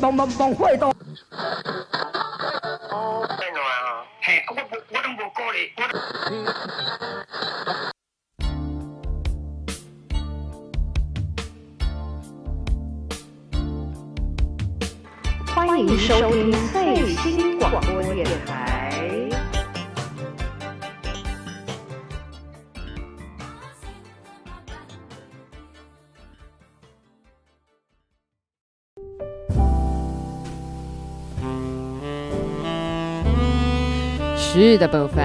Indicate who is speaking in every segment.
Speaker 1: 往往往火度。
Speaker 2: 真的啊，嘿，我我我都无鼓励，我都。
Speaker 3: 欢迎收听最新广播电台。
Speaker 4: 是的部分，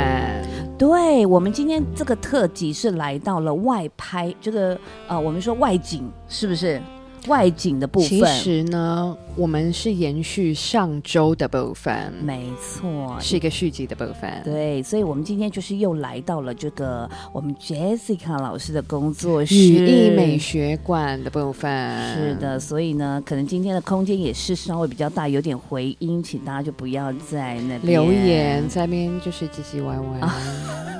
Speaker 5: 对我们今天这个特辑是来到了外拍，这个呃，我们说外景是不是？外景的部分，
Speaker 4: 其实呢，我们是延续上周的部分，
Speaker 5: 没错，
Speaker 4: 是一个续集的部分。
Speaker 5: 对，所以我们今天就是又来到了这个我们 Jessica 老师的工作室
Speaker 4: 语义美学馆的部分，
Speaker 5: 是，的，所以呢，可能今天的空间也是稍微比较大，有点回音，请大家就不要在那边
Speaker 4: 留言。在那边就是唧唧歪歪。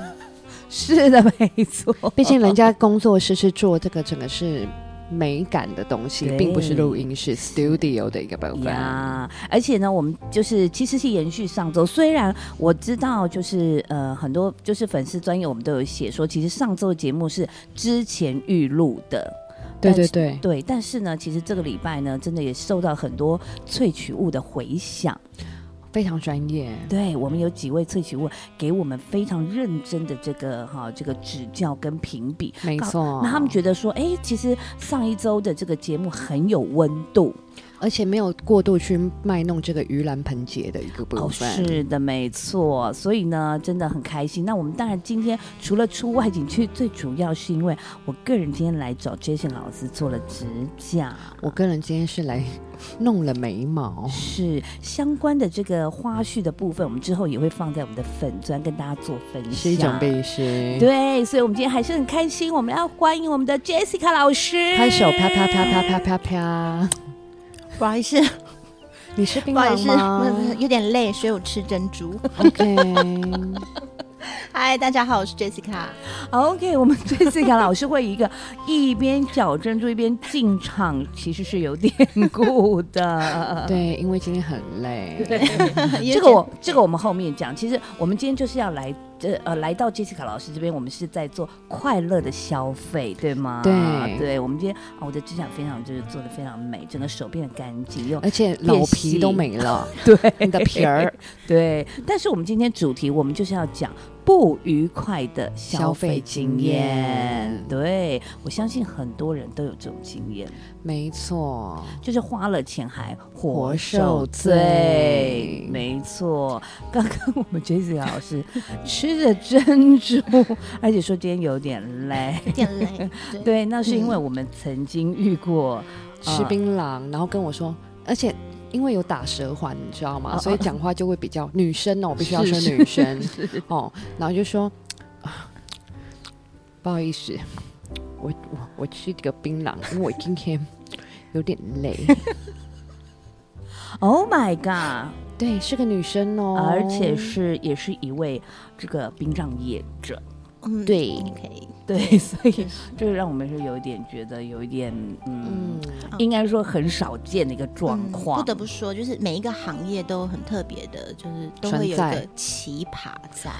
Speaker 5: 是的，没错，
Speaker 4: 毕竟人家工作室是做这个整个是美感的东西，
Speaker 5: 对
Speaker 4: 并不是录音室 studio 的一个部分。
Speaker 5: 呀而且呢，我们就是其实是延续上周，虽然我知道就是呃很多就是粉丝专业我们都有写说，其实上周的节目是之前预录的。
Speaker 4: 对
Speaker 5: 但
Speaker 4: 对
Speaker 5: 是
Speaker 4: 对，
Speaker 5: 对，但是呢，其实这个礼拜呢，真的也受到很多萃取物的回响。
Speaker 4: 非常专业。
Speaker 5: 对我们有几位萃取物给我们非常认真的这个哈这个指教跟评比，
Speaker 4: 没错，
Speaker 5: 那他们觉得说，哎，其实上一周的这个节目很有温度，
Speaker 4: 而且没有过度去卖弄这个盂兰盆节的一个部
Speaker 5: 哦，
Speaker 4: 分。
Speaker 5: 是的，没错。所以呢，真的很开心。那我们当然今天除了出外景去，最主要是因为我个人今天来找 Jason 老师做了指甲，
Speaker 4: 我个人今天是来弄了眉 毛，
Speaker 5: 是相关的这个花絮的部分，我们之后也会放在我们的粉砖跟大家做分享。
Speaker 4: 是一种必须。，
Speaker 5: 对，所以我们今天还是很开心，我们要欢迎我们的 Jessica 老师，
Speaker 4: 拍手啪啪啪啪 啪啪啪。
Speaker 6: 不好意思，
Speaker 4: 你是槟
Speaker 6: 不好意
Speaker 4: 榔
Speaker 6: 思，不是不 是
Speaker 4: 吗
Speaker 6: 有点累，所以我吃珍珠。
Speaker 4: ？OK，
Speaker 6: 嗨，大家好，我是 Jessica。
Speaker 5: OK，我们 Jessica 老师会一个一边搅珍珠一边进场，其实是有 典故的。
Speaker 4: 对，因为今天很累。
Speaker 5: 这个我这个我们后面讲。其实我们今天就是要来这呃来到 Jessica 老师这边，我们是在做快乐的消费，对吗？
Speaker 4: 对
Speaker 5: 对，我们今天啊，我的指甲非常就是做的非常美，整个手变得干净又
Speaker 4: 而且老皮都没 了， 对，你的皮儿
Speaker 5: 对。但是我们今天主题，我们就是要讲不愉快的消
Speaker 4: 消
Speaker 5: 费
Speaker 4: 费
Speaker 5: 经
Speaker 4: 经
Speaker 5: 验
Speaker 4: 验。
Speaker 5: 对，我相信很多人都有这种经验。
Speaker 4: 没错，
Speaker 5: 就是花了钱还活
Speaker 4: 活
Speaker 5: 受
Speaker 4: 受
Speaker 5: 罪
Speaker 4: 罪，
Speaker 5: 没错。刚刚我们 Jesse 老师吃着珍珠，而且说今天有点累，
Speaker 6: 有点累，对，
Speaker 5: 对，那是因为我们曾经遇过
Speaker 6: 嗯
Speaker 4: 吃槟榔，然后跟我说，而且。因为有打舌环，你知道
Speaker 5: 哦
Speaker 4: 吗？
Speaker 5: 哦
Speaker 4: 所
Speaker 6: 嗯
Speaker 4: 以讲话就会比较女生哦，我必须要
Speaker 5: 是
Speaker 4: 说
Speaker 5: 是
Speaker 4: 女生哦，然后就说啊不好意思，我我我吃这个槟榔，因为我今天有点 累。
Speaker 5: ，Oh my God，
Speaker 4: 对，是个女生哦，
Speaker 5: 而且是也是一位这个殡葬业者。
Speaker 6: 嗯，
Speaker 4: 对
Speaker 6: 可以。
Speaker 5: 对，所以这让我们是有一点觉得有一点，嗯，
Speaker 4: 嗯，
Speaker 5: 应该说很少见的一个状
Speaker 6: 嗯
Speaker 5: 况。
Speaker 6: 不得不说，就是每一个行业都很特别的，就是都会有一
Speaker 4: 存在
Speaker 6: 个奇葩在。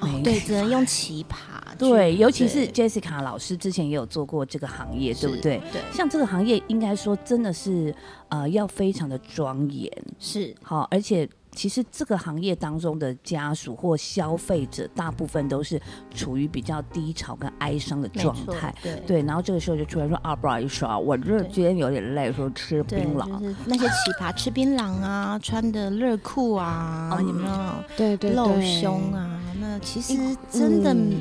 Speaker 5: 没
Speaker 6: 哦对，只能用奇葩去。
Speaker 5: 对，尤其是
Speaker 6: 对
Speaker 5: Jessica 老师之前也有做过这个行业，对不
Speaker 6: 是
Speaker 5: 对？
Speaker 6: 对，
Speaker 5: 像这个行业，应该说真的是呃，要非常的庄严，
Speaker 6: 是
Speaker 5: 好，而且其实这个行业当中的家属或消费者，大部分都是处于比较低潮跟哀伤的
Speaker 6: 没
Speaker 5: 状
Speaker 6: 错
Speaker 5: 态。，
Speaker 6: 对
Speaker 5: 对，然后这个时候就出来说啊，不好意思啊，我这
Speaker 6: 对
Speaker 5: 今天有点累，说吃
Speaker 6: 对，
Speaker 5: 槟榔
Speaker 6: 就。是那些奇葩，吃槟榔啊，穿的热裤啊，
Speaker 5: 哦
Speaker 6: 有没有？
Speaker 4: 对对对，
Speaker 6: 露胸啊，那其实真的、
Speaker 4: 嗯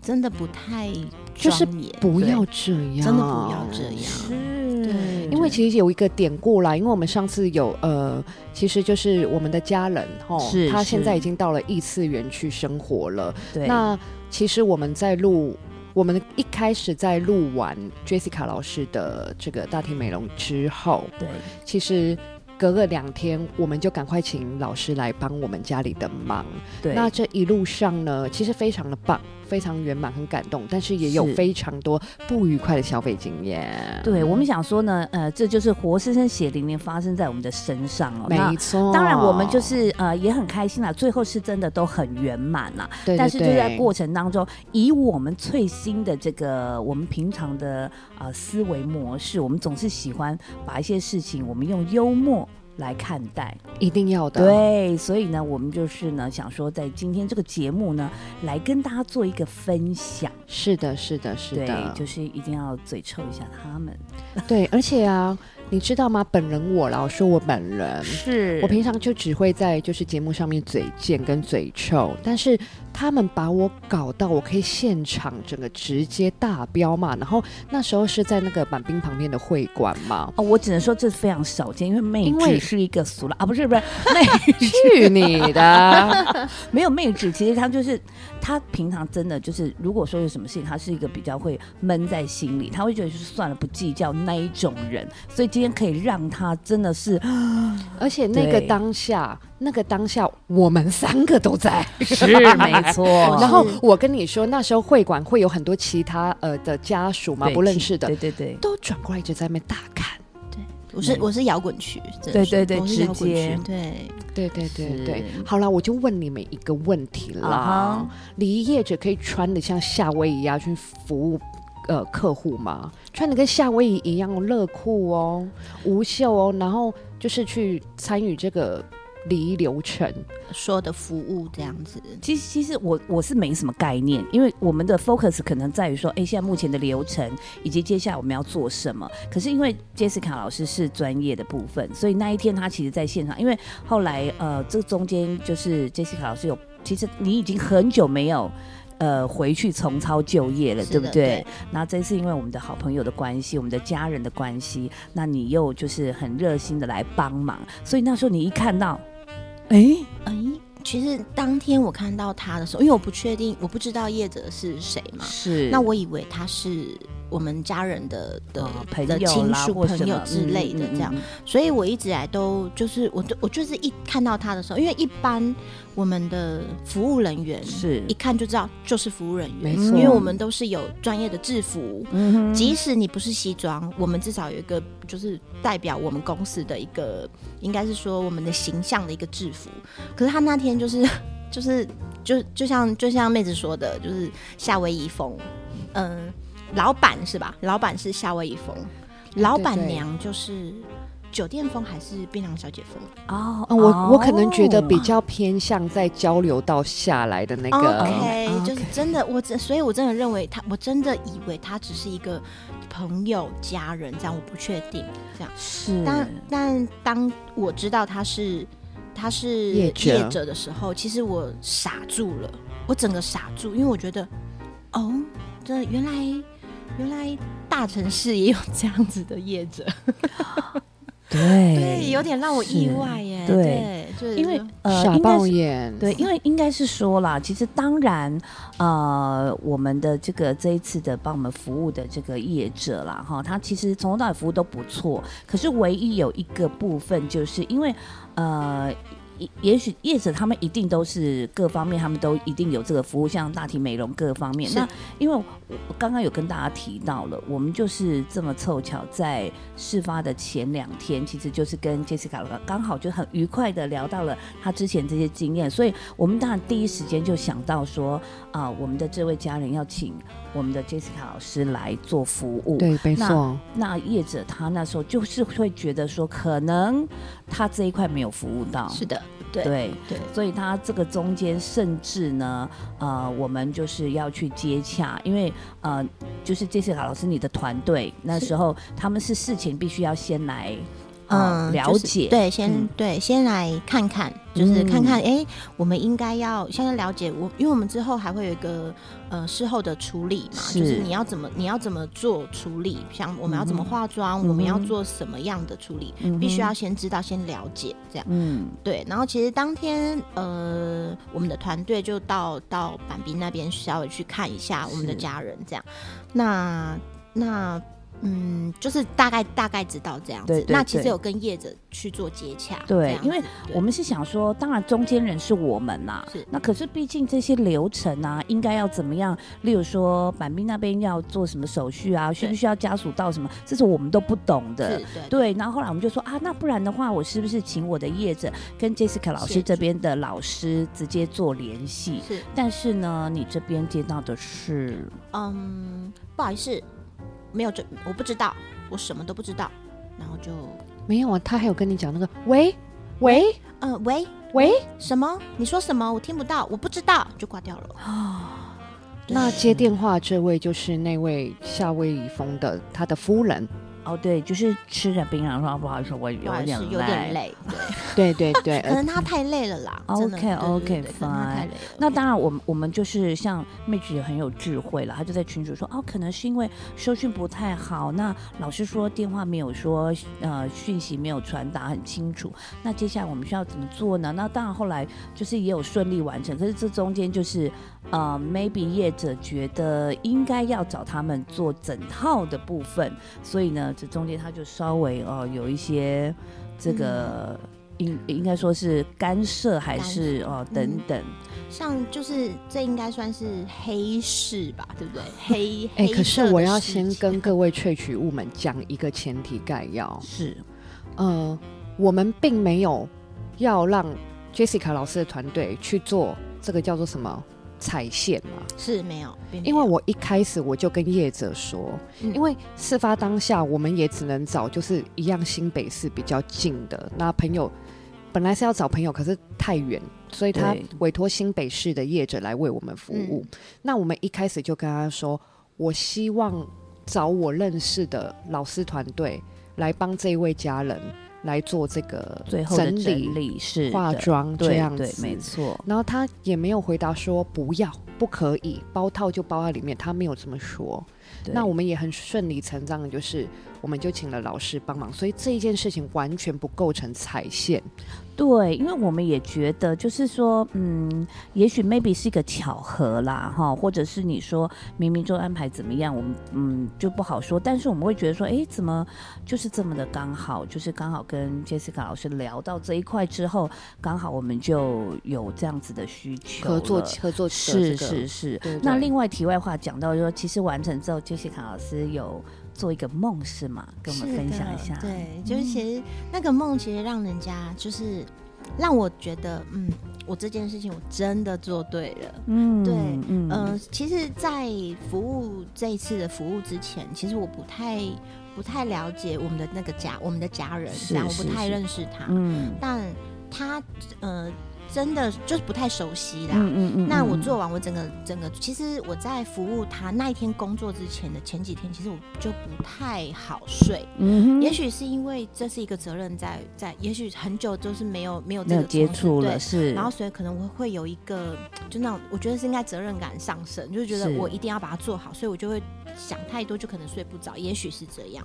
Speaker 6: 真的不
Speaker 5: 嗯
Speaker 6: 太
Speaker 4: 就是
Speaker 6: 庄严
Speaker 4: 不
Speaker 6: 对
Speaker 4: 要这样，
Speaker 6: 真的不要这样，
Speaker 5: 是
Speaker 4: 因为其实有一个典故啦，因为我们上次有呃，其实就是我们的家人吼，
Speaker 5: 是
Speaker 4: 他
Speaker 5: 是
Speaker 4: 现在已经到了异次元去生活了。
Speaker 5: 对
Speaker 4: 那其实我们在录，我们一开始在录完 Jessica 老师的这个大厅美容之后，
Speaker 5: 对
Speaker 4: 其实隔了两天，我们就赶快请老师来帮我们家里的忙。
Speaker 5: 对，
Speaker 4: 那这一路上呢，其实非常的棒，非常圆满，很感动，但是也有
Speaker 5: 是
Speaker 4: 非常多不愉快的消费经验。
Speaker 5: 对我们想说呢，呃，这就是活生生血淋淋发生在我们的身上哦。那
Speaker 4: 没错。
Speaker 5: 当然，我们就是呃也很开心啦，最后是真的都很圆满啦。
Speaker 4: 对，对
Speaker 5: 但是就
Speaker 4: 对
Speaker 5: 在过程当中，以我们最新的这个我们平常的呃思维模式，我们总是喜欢把一些事情我们用幽默来看待。
Speaker 4: 一定要的。
Speaker 5: 对，所以呢，我们就是呢想说，在今天这个节目呢，来跟大家做一个分享。
Speaker 4: 是的，是的，是
Speaker 5: 对
Speaker 4: 的，，
Speaker 5: 就是一定要嘴臭一下他们。
Speaker 4: 对，而且啊，你知道吗？本人我啦，我说我本人，
Speaker 5: 是
Speaker 4: 我平常就只会在就是节目上面嘴贱跟嘴臭，但是他们把我搞到我可以现场整个直接大飙嘛。然后那时候是在那个板冰旁边的会馆嘛。
Speaker 5: 哦，我只能说这非常少见，因为妹
Speaker 4: 因
Speaker 5: 纸
Speaker 4: 为
Speaker 5: 是一个俗了啊，不是不是，妹
Speaker 4: 去你的！
Speaker 5: 没有妹纸，其实她就是她平常真的就是，如果说有什么事情，她是一个比较会闷在心里，她会觉得就是算了不计较那一种人，所以今天可以让她真的 是
Speaker 4: 而且那个
Speaker 5: 对
Speaker 4: 当下，那个当下，我们三个都在。
Speaker 5: 是没错，
Speaker 4: 然后我跟你说，那时候会馆会有很多其他呃的家属嘛，
Speaker 5: 对
Speaker 4: 不认识的
Speaker 5: 对，对对。
Speaker 4: 都转过来一直在那边大看。
Speaker 6: 我是我是摇滚区，
Speaker 5: 嗯
Speaker 6: 真的
Speaker 5: 对
Speaker 6: 是
Speaker 5: 对对
Speaker 6: 我是摇
Speaker 5: 直
Speaker 6: 滚
Speaker 5: 接
Speaker 6: 区，对，
Speaker 4: 对对对对
Speaker 5: 是，
Speaker 4: 好啦，我就问你们一个问题啦
Speaker 5: 啊哈：
Speaker 4: 离业者可以穿的像夏威夷啊去服务呃客户吗？穿的跟夏威夷一样哦，热裤哦，无袖哦，然后就是去参与这个礼仪流程。
Speaker 6: 所有的服务这样子，
Speaker 5: 其实，其实我我是没什么概念，因为我们的 focus 可能在于说，哎，现在目前的流程以及接下来我们要做什么。可是因为 Jessica 老师是专业的部分，所以那一天她其实在现场，因为后来呃，这中间就是 Jessica 老师有，其实你已经很久没有。呃，回去重操旧业了，
Speaker 6: 是
Speaker 5: 对不
Speaker 6: 的
Speaker 5: 对
Speaker 6: 对？
Speaker 5: 那这次因为我们的好朋友的关系，我们的家人的关系，那你又就是很热心的来帮忙，所以那时候你一看到，哎，
Speaker 6: 哎，其实当天我看到他的时候，因为我不确定，我不知道业者是谁嘛，
Speaker 5: 是
Speaker 6: 那我以为他是我们家人的的、
Speaker 5: 哦朋
Speaker 6: 的
Speaker 5: 友
Speaker 6: 亲
Speaker 5: 啦
Speaker 6: 属
Speaker 5: 或什
Speaker 6: 朋友
Speaker 5: 么
Speaker 6: 之
Speaker 5: 嗯
Speaker 6: 类的
Speaker 5: 嗯
Speaker 6: 这样，
Speaker 5: 嗯嗯
Speaker 6: 所以我一直以来都就是我就我就是一看到他的时候，因为一般我们的服务人员
Speaker 5: 是
Speaker 6: 一看就知道就是服务人员，
Speaker 4: 没
Speaker 5: 错
Speaker 6: 因为我们都是有专业的制服。
Speaker 5: 嗯哼
Speaker 6: 即使你不是西装，我们至少有一个就是代表我们公司的一个，应该是说我们的形象的一个制服。可是他那天就是 就是就就像就像妹子说的，就是夏威夷风，嗯、老板是吧？老板是夏威夷风，
Speaker 5: 哎
Speaker 6: 老板娘就是酒店风还是槟榔小姐风？
Speaker 5: 哦
Speaker 4: 啊，我我可能觉得比
Speaker 5: 哦
Speaker 4: 较偏向在交流道下来的那个。
Speaker 6: 哦 OK，
Speaker 5: OK
Speaker 6: 就是真的，我真，所以我真的认为他，我真的以为他只是一个朋友、家人这样，我不确定这样。
Speaker 5: 是
Speaker 6: 但但当我知道他是他是
Speaker 4: 业者
Speaker 6: 业者的时候，其实我傻住了，我整个傻住，因为我觉得，哦，这原来原来大城市也有这样子的业者，
Speaker 5: 对
Speaker 6: 对，有点让我意
Speaker 5: 是
Speaker 6: 外耶，
Speaker 5: 对
Speaker 6: 对，就是
Speaker 5: 因为呃
Speaker 4: 傻
Speaker 5: 应该
Speaker 4: 爆
Speaker 5: 是
Speaker 4: 眼，
Speaker 5: 对，因为应该是说啦，其实当然，呃，我们的这个这一次的帮我们服务的这个业者啦，哈，他其实从头到尾服务都不错，可是唯一有一个部分，就是因为呃。也也许业者他们一定都是各方面，他们都一定有这个服务，像大体美容各方面。
Speaker 6: 是
Speaker 5: 那因为我我刚刚有跟大家提到了，我们就是这么凑巧，在事发的前两天，其实就是跟 Jessica 刚好就很愉快的聊到了她之前这些经验，所以我们当然第一时间就想到说，啊、我们的这位家人要请我们的 Jessica 老师来做服务。
Speaker 4: 对，没
Speaker 5: 那
Speaker 4: 错，
Speaker 5: 那业者他那时候就是会觉得说，可能他这一块没有服务到，
Speaker 6: 是的，对
Speaker 5: 对。
Speaker 6: 对。
Speaker 5: 所以他这个中间甚至呢，呃，我们就是要去接洽，因为呃，就是杰西卡老师你的团队那时候他们是事情必须要先来。嗯，了
Speaker 6: 就
Speaker 5: 解、
Speaker 6: 是对，先、
Speaker 5: 嗯
Speaker 6: 对，先来看看，就是看看，
Speaker 5: 嗯
Speaker 6: 哎、我们应该要现在了解我，因为我们之后还会有一个呃事后的处理嘛，
Speaker 5: 是
Speaker 6: 就是你要怎么你要怎么做处理，像我们要怎么
Speaker 5: 嗯哼
Speaker 6: 化妆，我们要做什么样的处理，
Speaker 5: 嗯哼
Speaker 6: 必须要先知道，先了解这样。
Speaker 5: 嗯，
Speaker 6: 对，然后其实当天呃，我们的团队就到到板滨那边稍微去看一下我们的
Speaker 5: 是
Speaker 6: 家人这样。那那嗯，就是大概大概知道这样子。
Speaker 5: 对对
Speaker 6: 那其实
Speaker 5: 对
Speaker 6: 有跟业者去做接洽，
Speaker 5: 对
Speaker 6: 这样
Speaker 5: 因为
Speaker 6: 子对
Speaker 5: 我们是想说，当然中间人是我们呐、
Speaker 6: 是
Speaker 5: 那可是毕竟这些流程啊，应该要怎么样？例如说，板兵那边要做什么手续啊，需不需要家属到什么？这是我们都不懂的
Speaker 6: 是。对
Speaker 5: 对，然后后来我们就说啊，那不然的话，我是不是请我的业者跟 Jessica 老师
Speaker 6: 协
Speaker 5: 这
Speaker 6: 助
Speaker 5: 边的老师直接做联系？
Speaker 6: 是
Speaker 5: 但是呢，你这边接到的是
Speaker 6: 嗯，不好意思，没有准，我不知道，我什么都不知道。然后就
Speaker 4: 没有啊，他还有跟你讲那个喂喂
Speaker 6: 呃喂
Speaker 4: 喂，
Speaker 6: 什么？你说什么？我听不到，我不知道，就挂掉了。
Speaker 4: 那接电话这位就是那位夏威夷风的他的夫人，
Speaker 5: 哦，对，就是吃着槟榔说不好意思，我有
Speaker 6: 不好意
Speaker 5: 点
Speaker 6: 思，有点累，
Speaker 4: 对对对，
Speaker 6: 可
Speaker 4: 呃
Speaker 6: 能他太累了啦。真的
Speaker 5: OK，OK，
Speaker 6: 对对对可能他
Speaker 5: fine
Speaker 6: 太累了。
Speaker 5: 那当然，我们我们就是像 Mitch 也很有智慧了，他就在群主说，哦，可能是因为收讯不太好，那老师说电话没有说，呃，讯息没有传达很清楚，那接下来我们需要怎么做呢？那当然后来就是也有顺利完成，可是这中间就是，呃，maybe 业者觉得应该要找他们做整套的部分，所以呢，这中间他就稍微哦、呃有一些这个。应应该说是干涉还
Speaker 6: 嗯干涉
Speaker 5: 是哦等
Speaker 6: 嗯
Speaker 5: 等，
Speaker 6: 像就是这应该算是黑市吧，对不对？ 黑
Speaker 4: 哎、
Speaker 6: 黑
Speaker 4: 可是
Speaker 6: 色的
Speaker 4: 我要
Speaker 6: 事
Speaker 4: 先
Speaker 6: 情
Speaker 4: 跟各位萃取物们讲一个前提概要，
Speaker 5: 是
Speaker 4: 呃，我们并没有要让 Jessica 老师的团队去做这个叫做什么踩线嘛，
Speaker 6: 是没有，并没
Speaker 4: 因为
Speaker 6: 有
Speaker 4: 我一开始我就跟业者说，
Speaker 6: 嗯
Speaker 4: 因为事发当下，我们也只能找就是一样新北市比较近的那朋友。本来是要找朋友，可是太远，所以他
Speaker 5: 对嗯
Speaker 4: 委托新北市的业者来为我们服务。那我们一开始就跟他说，我希望找我认识的老师团队来帮这一位家人来做这个
Speaker 5: 最后的整理是
Speaker 4: 化
Speaker 5: 的
Speaker 4: 妆这
Speaker 5: 对
Speaker 4: 样
Speaker 5: 对，
Speaker 4: 子。
Speaker 5: 没错，
Speaker 4: 然后他也没有回答说不要、不可以，包套就包在里面，他没有这么说。
Speaker 5: 对
Speaker 4: 那我们也很顺理成章的，就是我们就请了老师帮忙，所以这一件事情完全不构成踩线。
Speaker 5: 对，因为我们也觉得，就是说，嗯，也许 maybe 是一个巧合啦，哈，或者是你说明明就安排怎么样，我们嗯就不好说，但是我们会觉得说，哎，怎么就是这么的刚好，就是刚好跟 Jessica 老师聊到这一块之后，刚好我们就有这样子的需求
Speaker 4: 合作
Speaker 5: 了
Speaker 4: 合作的
Speaker 5: 是
Speaker 4: 这个
Speaker 5: 是是
Speaker 4: 对。
Speaker 5: 那
Speaker 4: 对
Speaker 5: 另外题外话讲到说，其实完成之后，杰西卡老师有做一个梦是吗？跟我们
Speaker 6: 是
Speaker 5: 分享
Speaker 6: 的
Speaker 5: 一下。嗯
Speaker 6: 对，就是其实那个梦，其实让人家就是让我觉得，嗯，我这件事情我真的做对了。
Speaker 5: 嗯
Speaker 6: 对
Speaker 5: 嗯
Speaker 6: 呃，其实，在服务这一次的服务之前，其实我不太不太了解我们的那个家，我们的家人，
Speaker 5: 是
Speaker 6: 这样我
Speaker 5: 是
Speaker 6: 不太
Speaker 5: 是
Speaker 6: 认识他，
Speaker 5: 嗯
Speaker 6: 但他呃真的就是不太熟悉啦。
Speaker 5: 嗯嗯嗯
Speaker 6: 那我做完我整个整个，其实我在服务他那一天工作之前的前几天，其实我就不太好睡。
Speaker 5: 嗯哼
Speaker 6: 也许是因为这是一个责任在在，也许很久就是没有没有这
Speaker 5: 没
Speaker 6: 个
Speaker 5: 有接
Speaker 6: 从事
Speaker 5: 触了，
Speaker 6: 对
Speaker 5: 是，
Speaker 6: 然后所以可能我会有一个就那种，我觉得是应该责任感上升，就是觉得
Speaker 5: 是
Speaker 6: 我一定要把它做好，所以我就会想太多，就可能睡不着，也许是这样。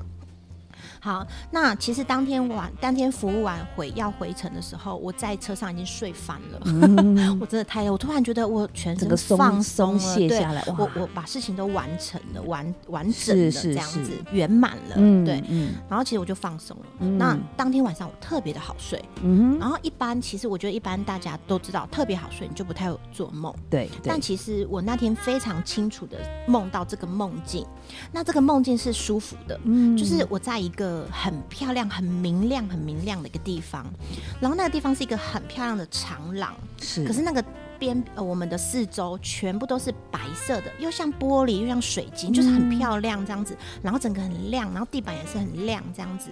Speaker 6: 好，那其实当天晚当天服务完回要回程的时候，我在车上已经睡翻了， 我真的太累，我突然觉得我全
Speaker 5: 嗯整
Speaker 6: 身
Speaker 5: 个
Speaker 6: 放
Speaker 5: 松
Speaker 6: 松
Speaker 5: 松
Speaker 6: 了，
Speaker 5: 懈
Speaker 6: 对
Speaker 5: 下来，哇
Speaker 6: 我我把事情都完成了，完完整
Speaker 5: 是
Speaker 6: 的
Speaker 5: 是
Speaker 6: 这样
Speaker 5: 是
Speaker 6: 子圆满了，
Speaker 5: 嗯
Speaker 6: 对。
Speaker 5: 嗯
Speaker 6: 然后其实我就放松了，
Speaker 5: 嗯
Speaker 6: 那当天晚上我特别的好睡，
Speaker 5: 嗯哼
Speaker 6: 然后一般其实我觉得一般大家都知道特别好睡，你就不太有做梦。
Speaker 5: 对对
Speaker 6: 但其实我那天非常清楚的梦到这个梦境，那这个梦境是舒服的，
Speaker 5: 嗯
Speaker 6: 就是我在一个很漂亮、很明亮、很明亮的一个地方，然后那个地方是一个很漂亮的长廊，
Speaker 5: 是
Speaker 6: 可是那个边呃我们的四周全部都是白色的，又像玻璃又像水晶，就是很漂亮这样子，然后整个很亮，然后地板也是很亮这样子。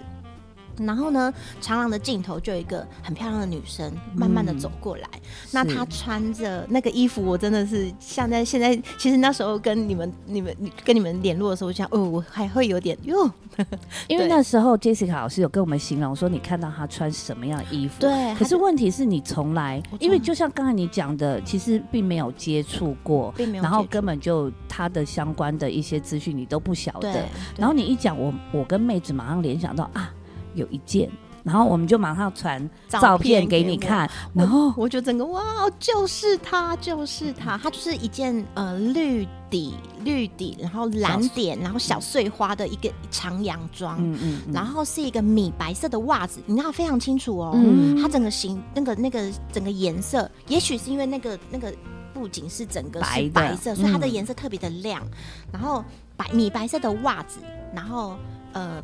Speaker 6: 然后呢，长廊的尽头就有一个很漂亮的女生，慢慢的走过来。那她穿着那个衣服，我真的是像在现在，其实那时候跟你们、你们、跟你们联络的时候，我就想，哦，我还会有点哟，
Speaker 5: 因为
Speaker 6: 对
Speaker 5: 那时候 Jessica 老师有跟我们形容说，你看到她穿什么样的衣服，
Speaker 6: 对
Speaker 5: 可
Speaker 6: 她
Speaker 5: 是
Speaker 6: 就
Speaker 5: 问题是你从来
Speaker 6: 我，从
Speaker 5: 因为就像刚才你讲的，其实并没有接触过，
Speaker 6: 并没有接
Speaker 5: 然
Speaker 6: 触。
Speaker 5: 后根本就她的相关的一些资讯你都不晓
Speaker 6: 对
Speaker 5: 得。，然后你一讲，我我跟妹子马上联想到啊，有一件然后我们就马上传
Speaker 6: 照
Speaker 5: 照片
Speaker 6: 片
Speaker 5: 给
Speaker 6: 给
Speaker 5: 你
Speaker 6: 我
Speaker 5: 看，然后
Speaker 6: 哦我就整个哇，就是它，就是它，它就是一件呃绿底绿底，然后蓝点，然后小碎花的一个长洋装，
Speaker 5: 嗯嗯，嗯
Speaker 6: 然后是一个米白色的袜子，你知道非常清楚哦，
Speaker 4: 嗯
Speaker 6: 它整个形那个那个整个颜色，也许是因为那个那个布景是整个
Speaker 5: 白
Speaker 6: 是
Speaker 5: 的
Speaker 6: 白色，所以它的
Speaker 5: 嗯
Speaker 6: 颜色特别的亮，然后白米白色的袜子，然后呃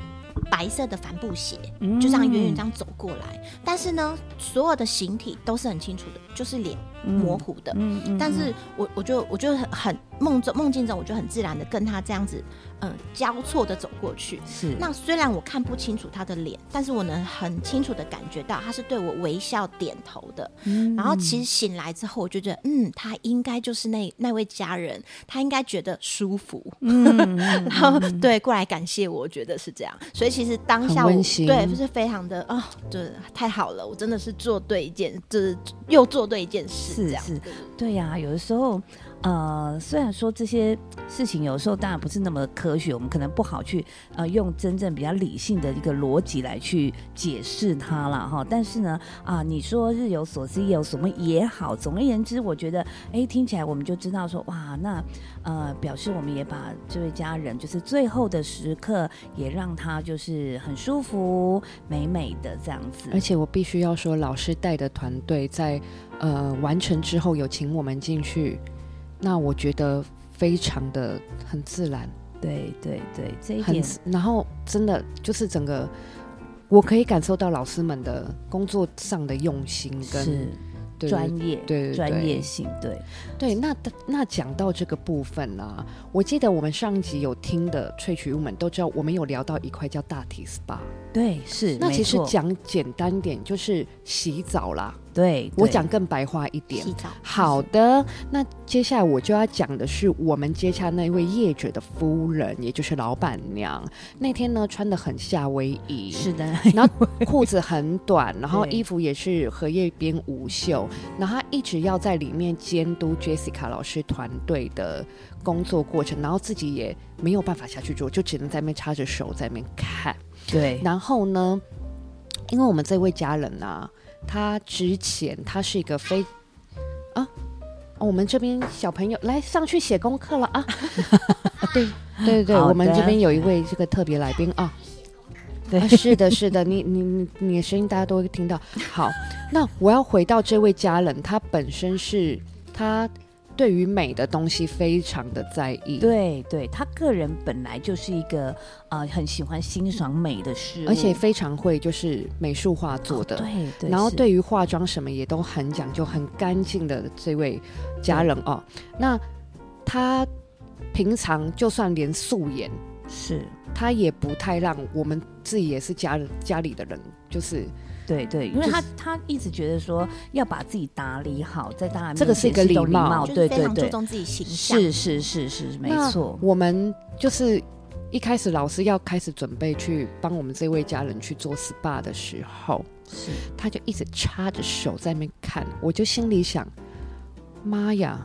Speaker 6: 白色的帆布鞋，
Speaker 5: 嗯
Speaker 6: 就这样远远这样走过来。但是呢，所有的形体都是很清楚的，就是脸模糊的。
Speaker 5: 嗯嗯
Speaker 6: 但是我我就我就很很梦中梦境中，我就很自然的跟他这样子，嗯、交错的走过去。
Speaker 5: 是
Speaker 6: 那虽然我看不清楚他的脸，但是我能很清楚的感觉到他是对我微笑点头的。然后其实醒来之后，我就觉得，嗯，他应该就是那那位家人，他应该觉得舒服， 然后对过来感谢我，我觉得是这样。所以其实当下
Speaker 4: 很
Speaker 6: 我
Speaker 4: 温馨
Speaker 6: 对就是非常的啊，就是太好了，我真的是做对一件，就是又做对一件事，
Speaker 5: 是
Speaker 6: 这样
Speaker 5: 是
Speaker 6: 对
Speaker 5: 对呀、有的时候，呃，虽然说这些事情有时候当然不是那么科学，我们可能不好去呃用真正比较理性的一个逻辑来去解释它了哈。但是呢，啊、你说日有所思，夜有所梦也好，总而言之，我觉得，哎，听起来我们就知道说，哇，那呃，表示我们也把这位家人，就是最后的时刻，也让他就是很舒服、美美的这样子。
Speaker 4: 而且我必须要说，老师带的团队在呃完成之后有请我们进去，那我觉得非常的很自然，
Speaker 5: 对对对，这一
Speaker 4: 很
Speaker 5: 点
Speaker 4: 自然后真的就是整个。我可以感受到老师们的工作上的用心跟
Speaker 5: 是。
Speaker 4: 对
Speaker 5: 专业，
Speaker 4: 对对
Speaker 5: 专业
Speaker 4: 对
Speaker 5: 性，对，
Speaker 4: 对，那那讲到这个部分呢、啊，我记得我们上一集有听的萃取物们都知道，我们有聊到一块叫大体 SPA。
Speaker 5: 对是。
Speaker 4: 那
Speaker 5: 没
Speaker 4: 其实
Speaker 5: 错
Speaker 4: 讲简单点，就是洗澡啦。
Speaker 5: 对，
Speaker 4: 我
Speaker 5: 对
Speaker 4: 讲更白话一点
Speaker 6: 洗。澡
Speaker 4: 好的，那接下来我就要讲的是我们接洽那一位业者的夫人，也就是老板娘。那天呢，穿的很夏威 夷，
Speaker 5: 是 的，
Speaker 4: 然后裤子很短，然后
Speaker 5: 对
Speaker 4: 衣服也是荷叶边无袖，然后他一直要在里面监督 Jessica 老师团队的工作过程，然后自己也没有办法下去做，就只能在那边插着手在那边看。
Speaker 5: 对，
Speaker 4: 然后呢，因为我们这位家人啊，他之前他是一个非啊、哦我们这边小朋友来上去写功课了 啊，啊对对对，
Speaker 5: 好的
Speaker 4: 我们这边有一位这个特别来宾啊。
Speaker 5: 对
Speaker 4: 啊是的，是的，你你你你的声音大家都会听到。好，那我要回到这位家人，他本身是他对于美的东西非常的在意，
Speaker 5: 对对，他个人本来就是一个呃很喜欢欣赏美的事物，
Speaker 4: 而且非常会就是美术画作
Speaker 5: 哦
Speaker 4: 的。
Speaker 5: 对对，
Speaker 4: 然后
Speaker 5: 是，
Speaker 4: 对于化妆什么也都很讲究、很干净的这位家人哦，那他平常就算连素颜，
Speaker 5: 是，
Speaker 4: 他也不太让我们自己也是家人家里的人，就是
Speaker 5: 对对，因为
Speaker 4: 就
Speaker 5: 他
Speaker 4: 是
Speaker 5: 他一直觉得说要把自己打理好，在大家
Speaker 4: 这个是
Speaker 5: 面前
Speaker 4: 一个
Speaker 5: 是一种
Speaker 4: 礼
Speaker 5: 礼
Speaker 4: 貌
Speaker 5: 貌，
Speaker 6: 就是
Speaker 5: 对
Speaker 6: 非
Speaker 5: 对
Speaker 6: 常注
Speaker 5: 对，
Speaker 6: 重自己形象，啊
Speaker 5: 是是是是，没
Speaker 4: 那
Speaker 5: 错，
Speaker 4: 我们就是一开始老师要开始准备去帮我们这位家人去做 SPA 的时候，
Speaker 5: 是
Speaker 4: 他就一直插着手在那边看，我就心里想，妈呀，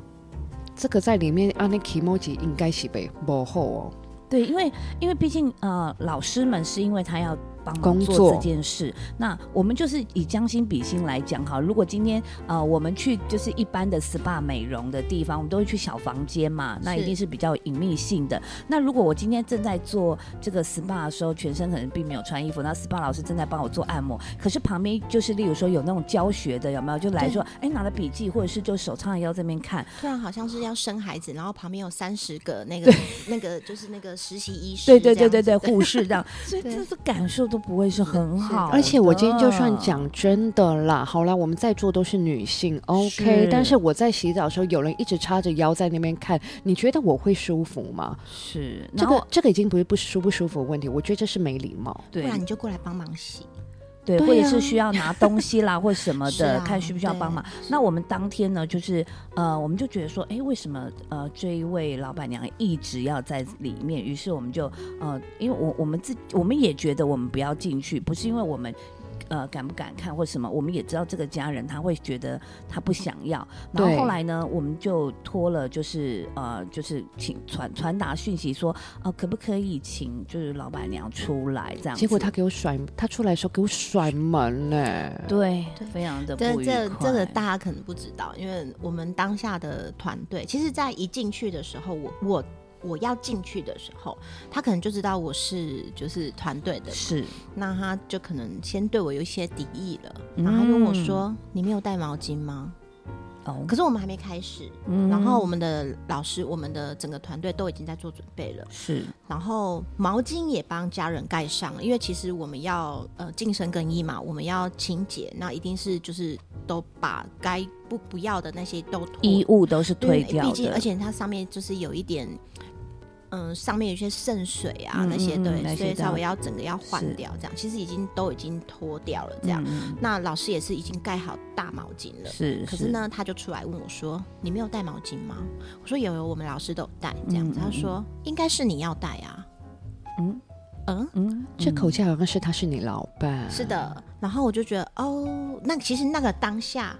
Speaker 4: 这个在里面啊，那 k i m o j i 应该是被幕后哦。
Speaker 5: 对，因为因为毕竟呃，老师们是因为他要帮忙
Speaker 4: 工
Speaker 5: 做
Speaker 4: 作
Speaker 5: 这件事，那我们就是以将心比心来讲哈。如果今天呃，我们去就是一般的 SPA 美容的地方，我们都会去小房间嘛，那一
Speaker 6: 是
Speaker 5: 定是比较隐秘性的。那如果我今天正在做这个 SPA 的时候，全身可能并没有穿衣服，那 SPA 老师正在帮我做按摩，可是旁边就是例如说有那种教学的，有没有？就来说，哎，拿着笔记或者是就手叉着腰这边看，
Speaker 6: 突然好像是要生孩子，然后旁边有三十个那个那个就是那个实习医师，
Speaker 5: 对对对
Speaker 6: 这
Speaker 5: 对
Speaker 6: 样子
Speaker 5: 对，护士这样，所以
Speaker 6: 对
Speaker 5: 这个感受都不会是很
Speaker 6: 是的
Speaker 5: 好。嗯
Speaker 4: 而且我今天就算，讲真的啦，好啦，我们在座都是女性，OK，
Speaker 5: 是
Speaker 4: 但是我在洗澡的时候，有人一直叉着腰在那边看，你觉得我会舒服吗？
Speaker 5: 是
Speaker 4: 这
Speaker 5: 然后
Speaker 4: 个这个已经不是不舒不舒服的问题，我觉得这是没礼貌。
Speaker 5: 对
Speaker 6: 不然你就过来帮忙洗。
Speaker 5: 对，
Speaker 4: 对
Speaker 5: 或者是
Speaker 4: 啊
Speaker 5: 需要拿东西啦或什么
Speaker 6: 是
Speaker 5: 的，
Speaker 6: 啊
Speaker 5: 看需不需要
Speaker 6: 对
Speaker 5: 帮忙。那我们当天呢，就是呃，我们就觉得说，哎，为什么呃这一位老板娘一直要在里面？于是我们就呃，因为我我们自我们也觉得我们不要进去，不是因为我们。呃敢不敢看或什么，我们也知道这个家人他会觉得他不想要。然
Speaker 4: 对
Speaker 5: 后后来呢，我们就托了，就是呃，就是请传传达讯息说，哦、可不可以请就是老板娘出来这样子。
Speaker 4: 结果他给我甩，他出来的时候给我甩门呢、
Speaker 5: 对
Speaker 6: 对
Speaker 5: 非常的
Speaker 6: 这
Speaker 5: 不愉
Speaker 6: 这
Speaker 5: 快
Speaker 6: 这个大家可能不知道，因为我们当下的团队，其实，在一进去的时候，我我我要进去的时候，他可能就知道我是就是团队的，
Speaker 5: 是
Speaker 6: 那他就可能先对我有一些敌意了，
Speaker 5: 嗯
Speaker 6: 然后他就问我说：“你没有带毛巾吗？”
Speaker 5: 哦，
Speaker 6: 可是我们还没开始，
Speaker 5: 嗯
Speaker 6: 然后我们的老师，我们的整个团队都已经在做准备了，
Speaker 5: 是
Speaker 6: 然后毛巾也帮家人盖上了，因为其实我们要呃净身更衣嘛，我们要清洁，那一定是就是都把该不不要的那些都脱
Speaker 5: 衣物都是
Speaker 6: 因为
Speaker 5: 退掉
Speaker 6: 毕
Speaker 5: 的，
Speaker 6: 竟而且它上面就是有一点。嗯，上面有一些渗水啊，
Speaker 5: 嗯
Speaker 6: 那些
Speaker 5: 嗯嗯
Speaker 6: 对，
Speaker 5: 那些
Speaker 6: 所以
Speaker 5: 都要
Speaker 6: 稍微要整个要换
Speaker 5: 是
Speaker 6: 掉，这样其实已经都已经脱掉了，这样。
Speaker 5: 嗯
Speaker 6: 那老师也是已经盖好大毛巾了，
Speaker 5: 是，
Speaker 6: 可是呢，他就出来问我说：“你没有带毛巾吗？”我说：“有有，我们老师都有带。”这样
Speaker 5: 嗯
Speaker 6: 子，
Speaker 5: 嗯
Speaker 6: 他说：“应该是你要带啊。
Speaker 5: 嗯”
Speaker 6: 嗯
Speaker 5: 嗯，
Speaker 4: 这口气好像是他是你老板，
Speaker 6: 是的。然后我就觉得，哦，那其实那个当下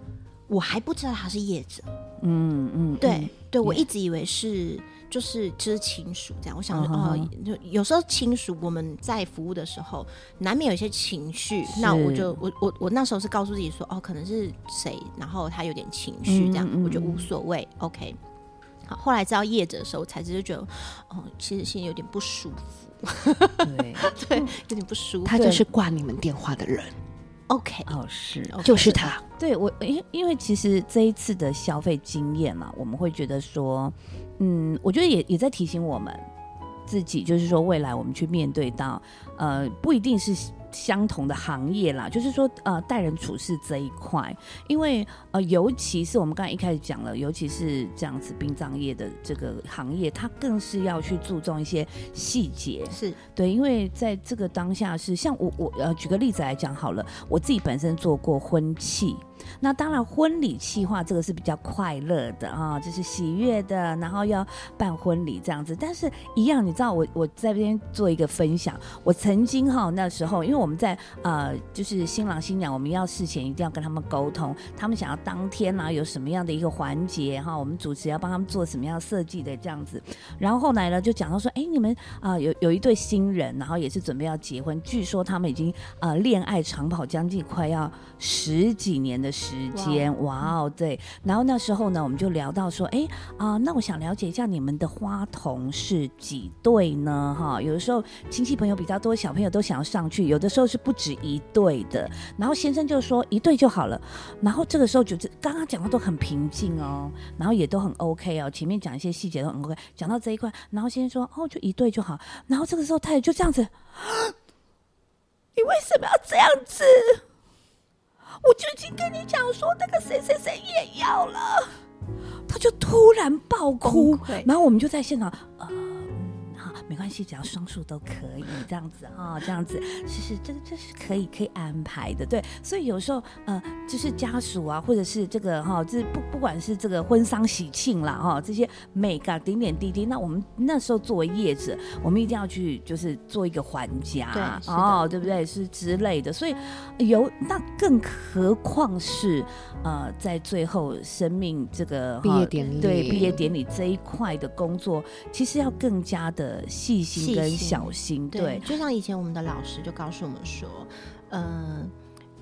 Speaker 6: 我还不知道他是业者，
Speaker 5: 嗯嗯，
Speaker 6: 对、对，我
Speaker 5: yeah
Speaker 6: 一直以为是就是就是亲属这样。我想说，
Speaker 5: 嗯哼
Speaker 6: 哦，就有时候亲属我们在服务的时候，难免有一些情绪。那
Speaker 5: 是
Speaker 6: 我就我我我那时候是告诉自己说，哦，可能是谁，然后他有点情绪这样，
Speaker 5: 嗯嗯
Speaker 6: 我就无
Speaker 5: 嗯
Speaker 6: 所谓，OK。好，后来知道业者的时候，我才知道觉得，哦，其实心里有点不舒服，
Speaker 5: 嗯 对，
Speaker 6: 有点不舒服。
Speaker 4: 他就是挂你们电话的人，
Speaker 6: OK，
Speaker 5: 哦是。
Speaker 6: OK，
Speaker 4: 就是他。
Speaker 5: 对我，因因为其实这一次的消费经验嘛，我们会觉得说，嗯，我觉得也也在提醒我们自己，就是说未来我们去面对到，呃，不一定是相同的行业啦，就是说呃，待人处事这一块，因为呃，尤其是我们刚才一开始讲了，尤其是这样子殡葬业的这个行业，它更是要去注重一些细节，
Speaker 6: 是
Speaker 5: 对，因为在这个当下是像我我呃，举个例子来讲好了，我自己本身做过婚庆，那当然婚礼企划这个是比较快乐的啊、就是喜悦的，然后要办婚礼这样子。但是一样，你知道我我在这边做一个分享，我曾经哈那时候，因为我们在呃，就是新郎新娘，我们要事前一定要跟他们沟通，他们想要当天啊有什么样的一个环节哈，我们主持要帮他们做什么样设计的这样子。然后后来呢，就讲到说，哎，你们啊、有有一对新人，然后也是准备要结婚，据说他们已经呃恋爱长跑将近快要十几年的时间，哇哦，对。然后那时候呢，我们就聊到说，哎啊、那我想了解一下你们的花童是几对呢？哈，有的时候亲戚朋友比较多，小朋友都想要上去，有的时候是不止一对的。然后先生就说一对就好了。然后这个时候就是刚刚讲话都很平静哦，然后也都很 OK 哦，前面讲一些细节都很 OK。讲到这一块，然后先生说哦，就一对就好。然后这个时候太太就这样子， 你为什么要这样子？我就已经跟你讲说那个谁谁谁也要了。他就突然爆哭
Speaker 6: 崩溃，
Speaker 5: 然后我们就在现场，呃，嗯好，没关系，只要双数都可以，这样子啊、这样子，是是，这个这是可以可以安排的，对，所以有时候呃，就是家属啊，或者是这个哈、就是不不管是这个婚丧喜庆啦哈、这些每个点点滴滴，那我们那时候作为业者，我们一定要去就是做一个还价，
Speaker 6: 对是的
Speaker 5: 哦，对不对？是之类的，所以有那更何况是呃，在最后生命这个哈
Speaker 4: 毕业典礼
Speaker 5: 呃对毕业典礼这一块的工作，其实要更加的细心
Speaker 6: 细
Speaker 5: 跟
Speaker 6: 心
Speaker 5: 小心，
Speaker 6: 对，
Speaker 5: 对，
Speaker 6: 就像以前我们的老师就告诉我们说，呃，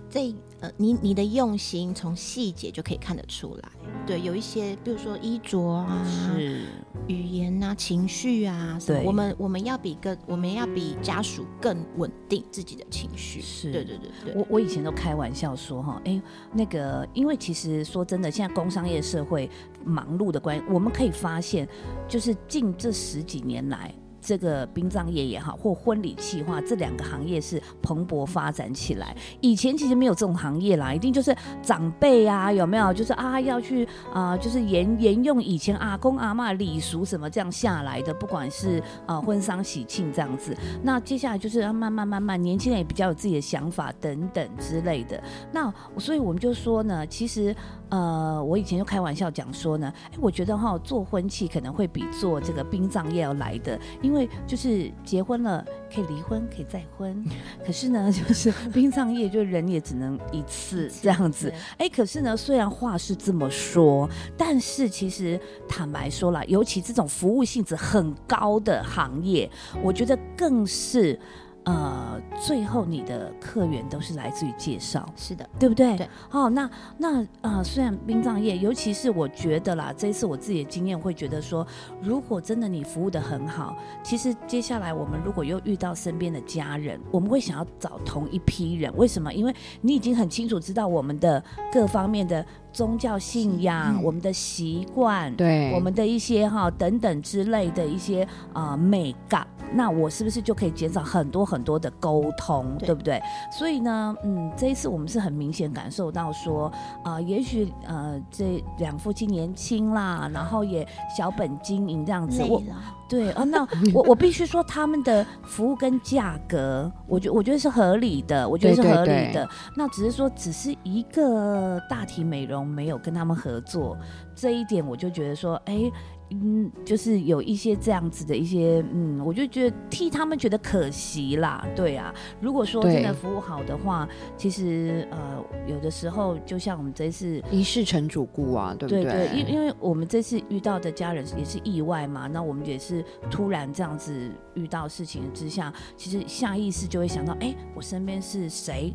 Speaker 6: 这呃，你你的用心从细节就可以看得出来。对，有一些，比如说衣着啊、
Speaker 5: 是
Speaker 6: 语言啊、情绪啊，什么
Speaker 5: 对
Speaker 6: 我们我们要比更，我们要比家属更稳定自己的情绪。
Speaker 5: 是
Speaker 6: 对对对对，
Speaker 5: 我我以前都开玩笑说哈，哎、那个，因为其实说真的，现在工商业社会忙碌的关系，我们可以发现，就是近这十几年来。这个殡葬业也好，或婚礼企划这两个行业是蓬勃发展起来。以前其实没有这种行业啦，一定就是长辈啊，有没有？就是啊，要去啊、就是沿沿用以前阿公阿嬷礼俗什么这样下来的，不管是啊、呃婚丧喜庆这样子。那接下来就是要慢慢慢慢，年轻人也比较有自己的想法等等之类的。那所以我们就说呢，其实呃，我以前就开玩笑讲说呢，哎，我觉得哈、做婚庆可能会比做这个殡葬业要来的，因因为就是结婚了可以离婚，可以再婚，可是呢，就是 殡葬业就人也只能一次这样子。哎，可是呢，虽然话是这么说，但是其实坦白说了，尤其这种服务性质很高的行业，我觉得更是。呃，最后你的客源都是来自于介绍，
Speaker 6: 是的，
Speaker 5: 对不对？
Speaker 6: 对。
Speaker 5: 哦，那那呃，虽然殡葬业，尤其是我觉得啦，这一次我自己的经验会觉得说，如果真的你服务的很好，其实接下来我们如果又遇到身边的家人，我们会想要找同一批人，为什么？因为你已经很清楚知道我们的各方面的宗教信仰、
Speaker 6: 嗯
Speaker 5: 我们的习惯、
Speaker 4: 对，
Speaker 5: 我们的一些哈等等之类的一些啊美感，那我是不是就可以减少很多很多的沟通，
Speaker 6: 对
Speaker 5: 对不对？所以呢，嗯，这一次我们是很明显感受到说啊、也许呃这两夫妻年轻啦，然后也小本经营这样子，
Speaker 6: 累
Speaker 5: 我
Speaker 6: 了，
Speaker 5: 对啊，那我我必须说他们的服务跟价格，我觉我觉得是合理的，我觉得是
Speaker 4: 对对
Speaker 5: 合理
Speaker 4: 对
Speaker 5: 的。那只是说，只是一个大体美容没有跟他们合作，这一点我就觉得说，哎、嗯，就是有一些这样子的一些，嗯，我就觉得替他们觉得可惜啦，对啊。如果说真
Speaker 4: 对
Speaker 5: 的服务好的话，其实呃，有的时候就像我们这次
Speaker 4: 一世成主顾啊，对不
Speaker 5: 对
Speaker 4: 对，
Speaker 5: 因因为我们这次遇到的家人也是意外嘛，那我们也是突然这样子遇到事情之下，其实下意识就会想到，哎，我身边是谁？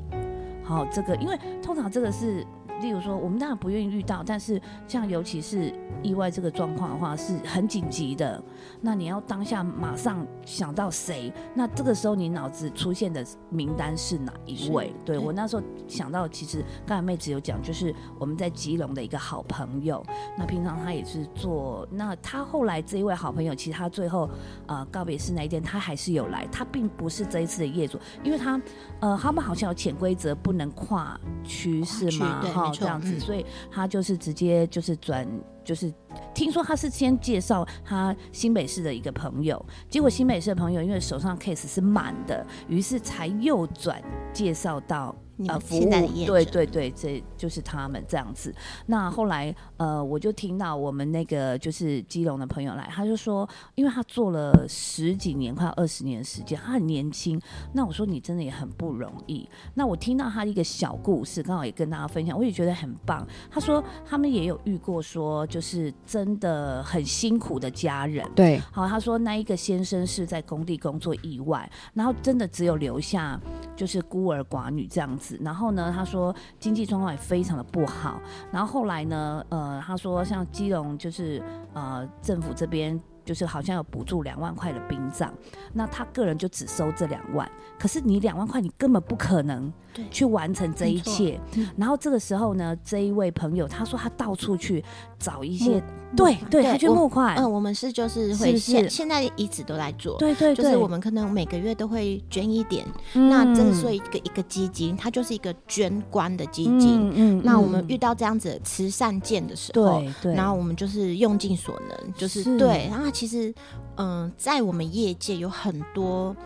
Speaker 5: 好，这个因为通常这个是，例如说我们当然不愿意遇到，但是像尤其是意外这个状况的话，是很紧急的，那你要当下马上想到谁，那这个时候你脑子出现的名单是哪一位
Speaker 6: 是？
Speaker 5: 对
Speaker 6: 对
Speaker 5: 我那时候想到，其实刚才妹子有讲，就是我们在基隆的一个好朋友，那平常他也是做，那他后来这一位好朋友，其实他最后呃告别式那一天，他还是有来，他并不是这一次的业主，因为他呃他们好像有潜规则，不能跨区是吗？
Speaker 6: 对没错
Speaker 5: 这样子，
Speaker 6: 嗯
Speaker 5: 所以他就是直接就是转就是。听说他是先介绍他新北市的一个朋友，结果新北市的朋友因为手上 case 是满的，于是才右转介绍到
Speaker 6: 你
Speaker 5: 呃
Speaker 6: 们
Speaker 5: 服务
Speaker 6: 现在的业者，
Speaker 5: 对对对，这就是他们这样子。那后来呃，我就听到我们那个就是基隆的朋友来，他就说，因为他做了十几年，快二十年的时间，他很年轻。那我说你真的也很不容易。那我听到他的一个小故事，刚好也跟大家分享，我也觉得很棒。他说他们也有遇过说，就是真的很辛苦的家人。
Speaker 4: 对
Speaker 5: 好，他说那一个先生是在工地工作意外，然后真的只有留下就是孤儿寡女这样子。然后呢，他说经济状况也非常的不好。然后后来呢，呃，他说像基隆就是呃政府这边。就是好像有补助两万块的殡葬，那他个人就只收这两万。可是你两万块，你根本不可能
Speaker 6: 对
Speaker 5: 去完成这一
Speaker 6: 没错
Speaker 5: 切。嗯然后这个时候呢，这一位朋友他说他到处去找一些，对对，
Speaker 6: 对
Speaker 5: 他去
Speaker 6: 我
Speaker 5: 募款，
Speaker 6: 嗯，我们是就是
Speaker 5: 是
Speaker 6: 会
Speaker 5: 是
Speaker 6: 现现在一直都在做，
Speaker 5: 对对对，
Speaker 6: 就是我们可能每个月都会捐一点，
Speaker 5: 嗯
Speaker 6: 那这是做一个一个基金，它就是一个捐官的基金。
Speaker 5: 嗯嗯
Speaker 6: 那我们
Speaker 5: 嗯
Speaker 6: 遇到这样子的慈善件的时候，
Speaker 5: 对对，
Speaker 6: 然后我们就是用尽所能，就是
Speaker 5: 是
Speaker 6: 对。然后其实，嗯、在我们业界有很多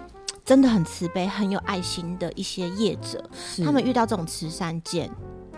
Speaker 6: 真的很慈悲、很有爱心的一些业者，
Speaker 5: 是
Speaker 6: 他们遇到这种慈善件，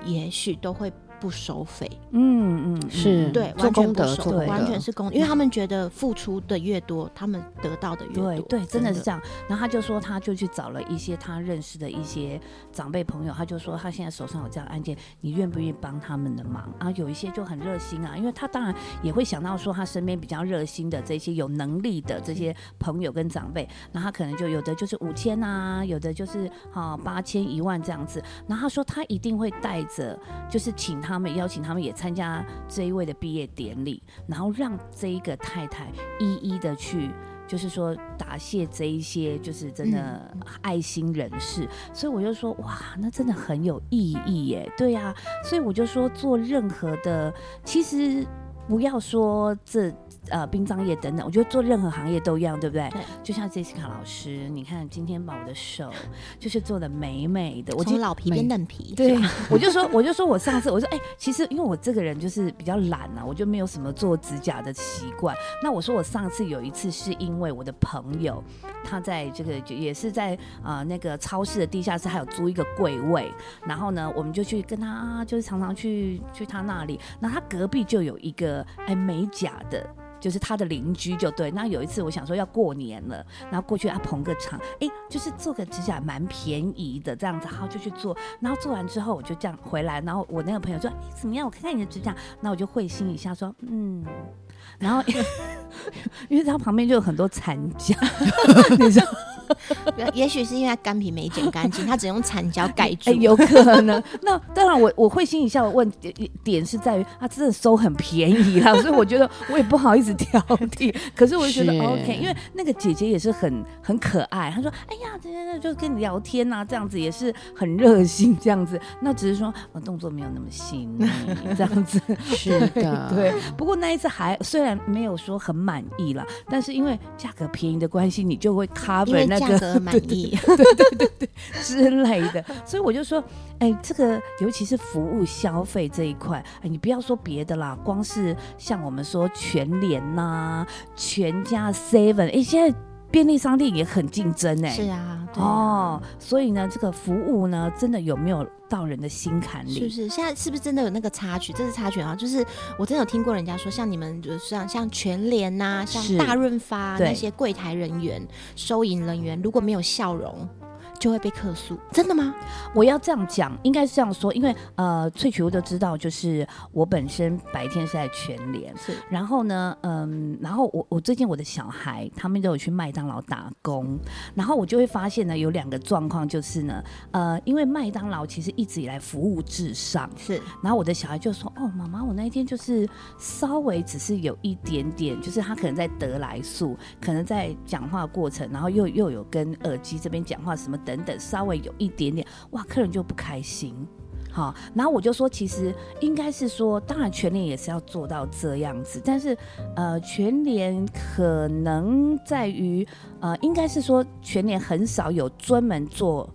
Speaker 6: 也许都会不收费，
Speaker 5: 嗯嗯嗯
Speaker 4: 是
Speaker 5: 嗯
Speaker 6: 对，
Speaker 4: 做
Speaker 6: 完全
Speaker 4: 功
Speaker 6: 不
Speaker 4: 德
Speaker 6: 收
Speaker 4: 做
Speaker 5: 功
Speaker 6: 费完
Speaker 4: 德
Speaker 6: 全是功德，因为他们觉得付出的越多，他们得到的越多，
Speaker 5: 对对，真的是这
Speaker 6: 样。
Speaker 5: 样。然后他就说，他就去找了一些他认识的一些长辈朋友，他就说他现在手上有这样案件，你愿不愿意帮他们的忙？啊，有一些就很热心啊，因为他当然也会想到说他身边比较热心的这些有能力的这些朋友跟长辈，那他可能就有的就是五千啊，有的就是啊八千一万这样子。然后他说他一定会带着，就是请他们邀请他们也参加这一位的毕业典礼，然后让这一个太太一一的去。就是说答谢这一些就是真的爱心人士，所以我就说哇，那真的很有意义耶，对呀、所以我就说做任何的，其实不要说这呃殡葬业等等，我觉得做任何行业都一样，对不对？
Speaker 6: 对
Speaker 5: 就像 Jessica 老师，你看今天把我的手就是做的美美的，我
Speaker 6: 我
Speaker 5: 就
Speaker 6: 从老皮
Speaker 4: 每
Speaker 6: 变嫩皮，
Speaker 5: 对
Speaker 6: 是吧，
Speaker 5: 我就说，我就说我上次我说，哎、其实因为我这个人就是比较懒啊，我就没有什么做指甲的习惯。那我说我上次有一次是因为我的朋友，他在这个就也是在啊、呃那个超市的地下室，还有租一个柜位，然后呢，我们就去跟他啊，就是常常去去他那里，那他隔壁就有一个哎美甲的。就是他的邻居就对。那有一次我想说要过年了，然后过去啊捧个场，哎，就是做个指甲蛮便宜的这样子，然后就去做。然后做完之后我就这样回来，然后我那个朋友说，哎，怎么样？我看看你的指甲。那我就会心一下说，嗯。然后 因为他旁边就有很多残啊甲，你知道。
Speaker 6: 也许是因为他干皮没剪干净，他只用残胶盖住。
Speaker 5: 哎、 有可能。那当然我，我会心一笑。问点点是在于，他真的收很便宜 啦，所以我觉得我也不好意思挑剔。可是我就觉得
Speaker 4: 是
Speaker 5: OK，因为那个姐姐也是很很可爱。她说：“哎呀，真的就跟你聊天呐、这样子也是很热心，这样子。那只是说，我、动作没有那么细腻，这样子。”
Speaker 4: 是
Speaker 6: 啊
Speaker 4: 的，
Speaker 5: 对，不过那一次还虽然没有说很满意啦，但是因为价格便宜的关系，你就会
Speaker 6: 因为
Speaker 5: cover 那
Speaker 6: 价
Speaker 5: 个
Speaker 6: 格满意，
Speaker 5: 之类的，所以我就说，哎，这个尤其是服务消费这一块，哎，你不要说别的啦，光是像我们说全联呐、全家 Seven，哎，现在便利商店也很竞争哎、
Speaker 6: 是啊，对啊
Speaker 5: 哦，所以呢，这个服务呢，真的有没有到人的心坎
Speaker 6: 是不
Speaker 5: 里？
Speaker 6: 是？现在是不是真的有那个插曲？这是插曲啊，就是我真的有听过人家说，像你们就是像像全联呐、
Speaker 5: 是
Speaker 6: 像大润发啊、
Speaker 5: 对
Speaker 6: 那些柜台人员、收银人员，如果没有笑容。就会被客诉，真的吗？
Speaker 5: 我要这样讲，应该是这样说，因为呃，萃取我都知道，就是我本身白天是在全联，
Speaker 6: 是
Speaker 5: 然后呢，嗯，然后我我最近我的小孩他们都有去麦当劳打工，然后我就会发现呢，有两个状况就是呢，呃，因为麦当劳其实一直以来服务至上，
Speaker 6: 是，
Speaker 5: 然后我的小孩就说：“哦，妈妈，我那一天就是稍微只是有一点点，就是他可能在得来速，可能在讲话过程，然后又又有跟耳机这边讲话什么等等，稍微有一点点，哇，客人就不开心。”好，然后我就说，其实应该是说，当然全联也是要做到这样子，但是呃，全联可能在于呃，应该是说全联很少有专门做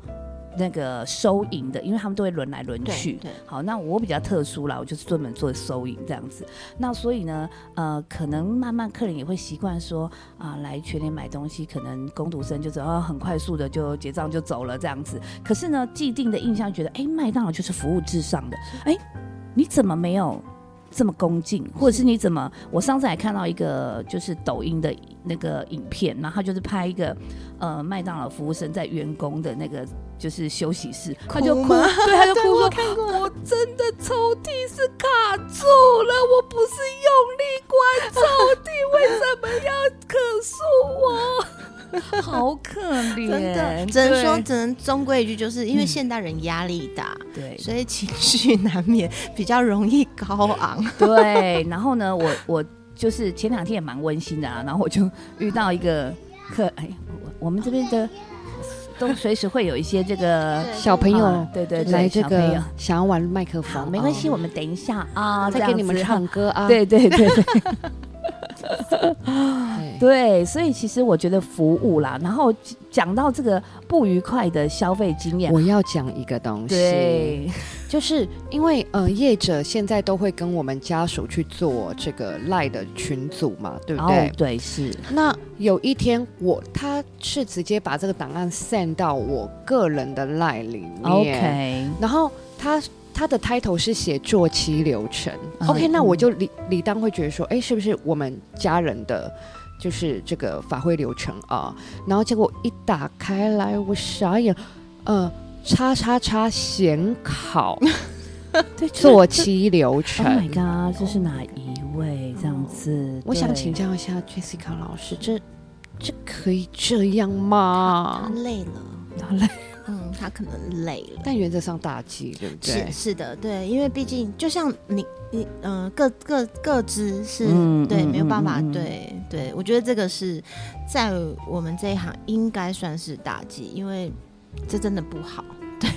Speaker 5: 那个收银的，因为他们都会轮来轮
Speaker 6: 对
Speaker 5: 去。
Speaker 6: 对，
Speaker 5: 好，那我比较特殊啦，我就是专门做收银这样子。那所以呢，呃，可能慢慢客人也会习惯说啊、来全联买东西，可能工读生就是哦，很快速的就结账就走了这样子。可是呢，既定的印象觉得，哎，麦当劳就是服务至上的，哎，你怎么没有？这么恭敬，或者是你怎么？我上次还看到一个就是抖音的那个影片，然后他就是拍一个呃麦当劳服务生在员工的那个就是休息室， 他就哭，
Speaker 6: 吗
Speaker 5: 对，他就哭
Speaker 6: 对 我
Speaker 4: 啊
Speaker 5: 说
Speaker 6: 看过
Speaker 5: 我真的抽屉是卡住了，我不是用力关抽屉，为什么要可诉我？ 好可怜，
Speaker 6: 真的，只
Speaker 5: 对嗯
Speaker 6: 能说，只能终归一句，就是因为现代人压力大，
Speaker 5: 对
Speaker 6: 所以情绪难免比较容易高昂。
Speaker 5: 对。然后呢，我我就是前两天也蛮温馨的啊，然后我就遇到一个客，哎，我我们这边的都随时会有一些这个
Speaker 4: 小朋友、
Speaker 5: 啊对对对，
Speaker 4: 来这
Speaker 5: 小朋友
Speaker 4: 个想要玩麦克
Speaker 5: 好，
Speaker 4: 风，
Speaker 5: 没关系，
Speaker 4: 哦
Speaker 5: 我们等一下啊，这
Speaker 4: 再给
Speaker 5: 样
Speaker 4: 你们
Speaker 5: 子
Speaker 4: 唱歌啊。
Speaker 5: 对对对对。
Speaker 4: 对
Speaker 5: 对，所以其实我觉得服务啦，然后讲到这个不愉快的消费经验，
Speaker 4: 我要讲一个东西，
Speaker 5: 对，
Speaker 4: 就是因为呃，业者现在都会跟我们家属去做这个赖的群组嘛，对不对？
Speaker 5: 哦，对，是
Speaker 4: 那有一天我他是直接把这个档案 send 到我个人的赖里面
Speaker 5: OK，
Speaker 4: 然后他他的 title 是写做期流程、
Speaker 5: 嗯
Speaker 4: o k 那
Speaker 5: 嗯
Speaker 4: 我就理理当会觉得说，哎，是不是我们家人的就是这个法会流程啊？然后结果一打开来，我傻眼，呃，叉叉叉显 考
Speaker 5: 对，
Speaker 4: 做期流程。
Speaker 5: ，Oh my god，这是哪一位这样子？
Speaker 4: 我想请
Speaker 5: 教，
Speaker 4: 教一下 Jessica 老师，这这可以这样吗
Speaker 5: 啊
Speaker 6: 他？累了，
Speaker 5: 好嘞
Speaker 6: 嗯，他可能累了。
Speaker 4: 但原则上大忌，对不对
Speaker 6: 是？是的，对，因为毕竟就像你你嗯、呃各各各自是、
Speaker 5: 嗯
Speaker 6: 对，
Speaker 5: 嗯
Speaker 6: 没有办法，
Speaker 5: 嗯嗯嗯
Speaker 6: 对对，我觉得这个是在我们这一行应该算是大忌，因为这真的不好。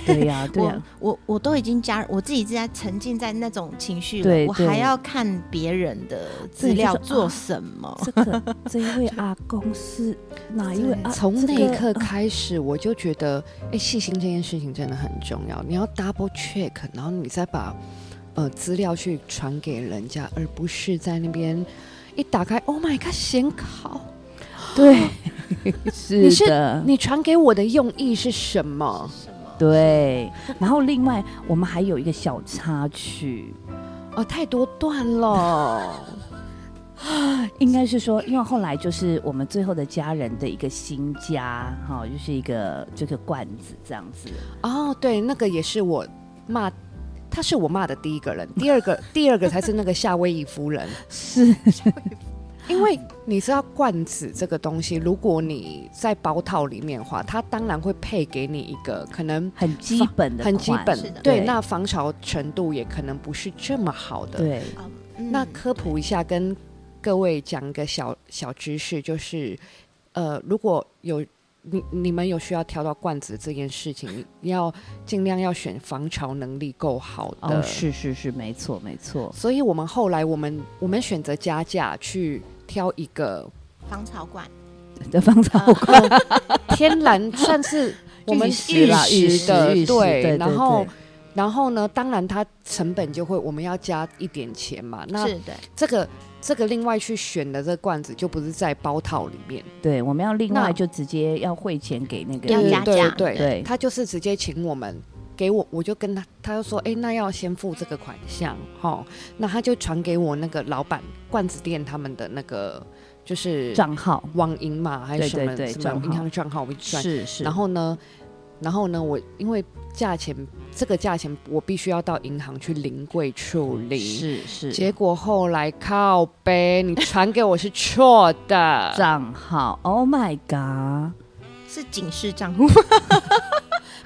Speaker 5: 对呀，对啊呀，
Speaker 6: 我我我都已经加我自己在沉浸在那种情绪
Speaker 5: 对
Speaker 6: 了，我还
Speaker 5: 对
Speaker 6: 要看别人的资
Speaker 5: 对
Speaker 6: 料
Speaker 5: 就是
Speaker 6: 做
Speaker 5: 啊
Speaker 6: 什么？
Speaker 5: 这个这一位阿公是哪一位
Speaker 6: 对
Speaker 5: 啊？
Speaker 4: 从
Speaker 5: 这
Speaker 4: 那一
Speaker 5: 个
Speaker 4: 刻
Speaker 5: 啊
Speaker 4: 开始，我就觉得，哎，细心这件事情真的很重要。你要 double check，然后你再把呃资料去传给人家，而不是在那边一打开，Oh my god，显 考，
Speaker 5: 对，
Speaker 4: 你
Speaker 5: 是
Speaker 4: 是
Speaker 5: 的，
Speaker 4: 你传给我的用意是什么？
Speaker 5: 哦对。然后另外我们还有一个小插曲，
Speaker 4: 哦，太多段了。
Speaker 5: 应该是说，因为后来就是我们最后的家人的一个新家，哈、就是一个这个罐子这样子。
Speaker 4: 哦，对，那个也是我骂，他是我骂的第一个人，第二个第二个才是那个夏威夷夫人，
Speaker 5: 是，
Speaker 4: 因为你知道罐子这个东西，如果你在包套里面的话，它当然会配给你一个可能
Speaker 5: 很基本的款，
Speaker 4: 很基本
Speaker 6: 是的，
Speaker 4: 对，
Speaker 5: 对
Speaker 4: 那防潮程度也可能不是这么好的，
Speaker 5: 对，
Speaker 6: 嗯
Speaker 4: 那科普一下，跟各位讲个小小知识，就是呃，如果有你你们有需要挑到罐子这件事情，你要尽量要选防潮能力够好的。
Speaker 5: 哦，是是是，没错没错，
Speaker 4: 所以我们后来我们我们选择加价去挑一个
Speaker 6: 防 潮罐，
Speaker 5: 的芳草
Speaker 6: 呃
Speaker 4: 天然，算 是我们
Speaker 5: 玉石啦玉
Speaker 4: 石
Speaker 5: 石
Speaker 4: 的
Speaker 5: 玉石对对
Speaker 4: 然后
Speaker 5: 对
Speaker 4: 然后呢，当然它成本就会我们要加一点钱嘛。
Speaker 5: 啊
Speaker 4: 那
Speaker 6: 啊是对，
Speaker 4: 这个这个另外去选的这个罐子就不是在包套里面。
Speaker 5: 对，我们要另外
Speaker 4: 那
Speaker 5: 就直接要汇钱给那个
Speaker 6: 要
Speaker 4: 对
Speaker 6: 加
Speaker 4: 对
Speaker 6: 价
Speaker 4: 对
Speaker 5: 对
Speaker 4: 他就是直接请我们给我，我就跟他，他就说，哎、那要先付这个款项，哈，那他就传给我那个老板罐子店他们的那个就是
Speaker 5: 账号，
Speaker 4: 网银嘛，还是什
Speaker 5: 对
Speaker 4: 么
Speaker 5: 对对
Speaker 4: 什
Speaker 5: 账
Speaker 4: 么
Speaker 5: 号
Speaker 4: 银行账号，我一转，
Speaker 5: 是是，
Speaker 4: 然后呢，然后呢，我因为价钱这个价钱我必须要到银行去临柜处理。
Speaker 5: 是是
Speaker 4: 结果后来靠背，你传给我是错 的，
Speaker 5: 账号，Oh my god，
Speaker 6: 是警示账户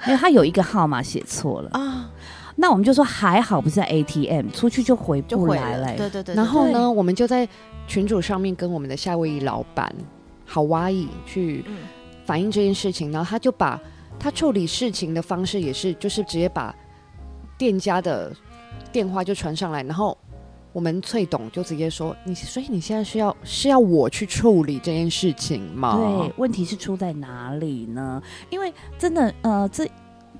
Speaker 5: 因为他有一个号码写错了，
Speaker 6: 啊，
Speaker 5: 那我们就说还好不是在 ATM，出去就回
Speaker 6: 就
Speaker 5: 不
Speaker 6: 毁
Speaker 5: 来
Speaker 6: 了，
Speaker 5: 了。
Speaker 6: 对对对，
Speaker 4: 然后
Speaker 6: 对？
Speaker 4: 呢，我们就在群组上面跟我们的夏威夷老板好哇伊去
Speaker 6: 嗯
Speaker 4: 反映这件事情，然后他就把他处理事情的方式也是，就是直接把店家的电话就传上来，然后我们翠董就直接说：“你所以你现在是要是要我去处理这件事情吗？”
Speaker 6: 哦
Speaker 5: 对，，问题是出在哪里呢？因为真的，呃，这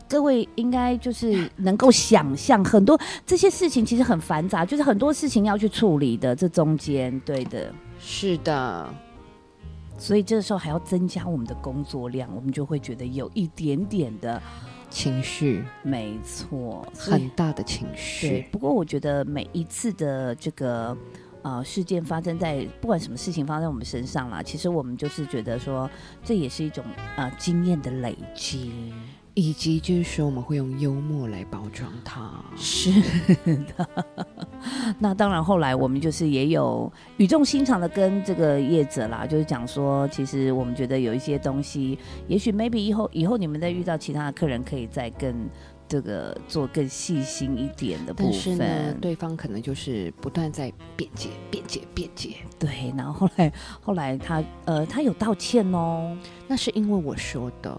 Speaker 5: 各位应该 就是能够想象，很多这些事情其实很繁杂，就是很多事情要去处理的，这中间，对的。
Speaker 4: 是的，
Speaker 5: 所以这时候还要增加我们的工作量，我们就会觉得有一点点的，
Speaker 4: 情绪
Speaker 5: 没错，所以
Speaker 4: 很大的情
Speaker 5: 对
Speaker 4: 绪，。
Speaker 5: 不过我觉得每一次的这个呃事件发生在不管什么事情发生在我们身上啦，其实我们就是觉得说，这也是一种呃经验的累积。
Speaker 4: 以及就是说我们会用幽默来包装它。
Speaker 5: 是的，那当然，后来我们就是也有语重心长的跟这个业者啦，就是讲说，其实我们觉得有一些东西，也许 maybe 以后以后你们再遇到其他的客人，可以再更这个做更细心一点的部
Speaker 4: 但是呢
Speaker 5: 分，。
Speaker 4: 对方可能就是不断在辩解、辩解、辩解。
Speaker 5: 对，然后后来后来他呃他有道歉哦，
Speaker 4: 那是因为我说的，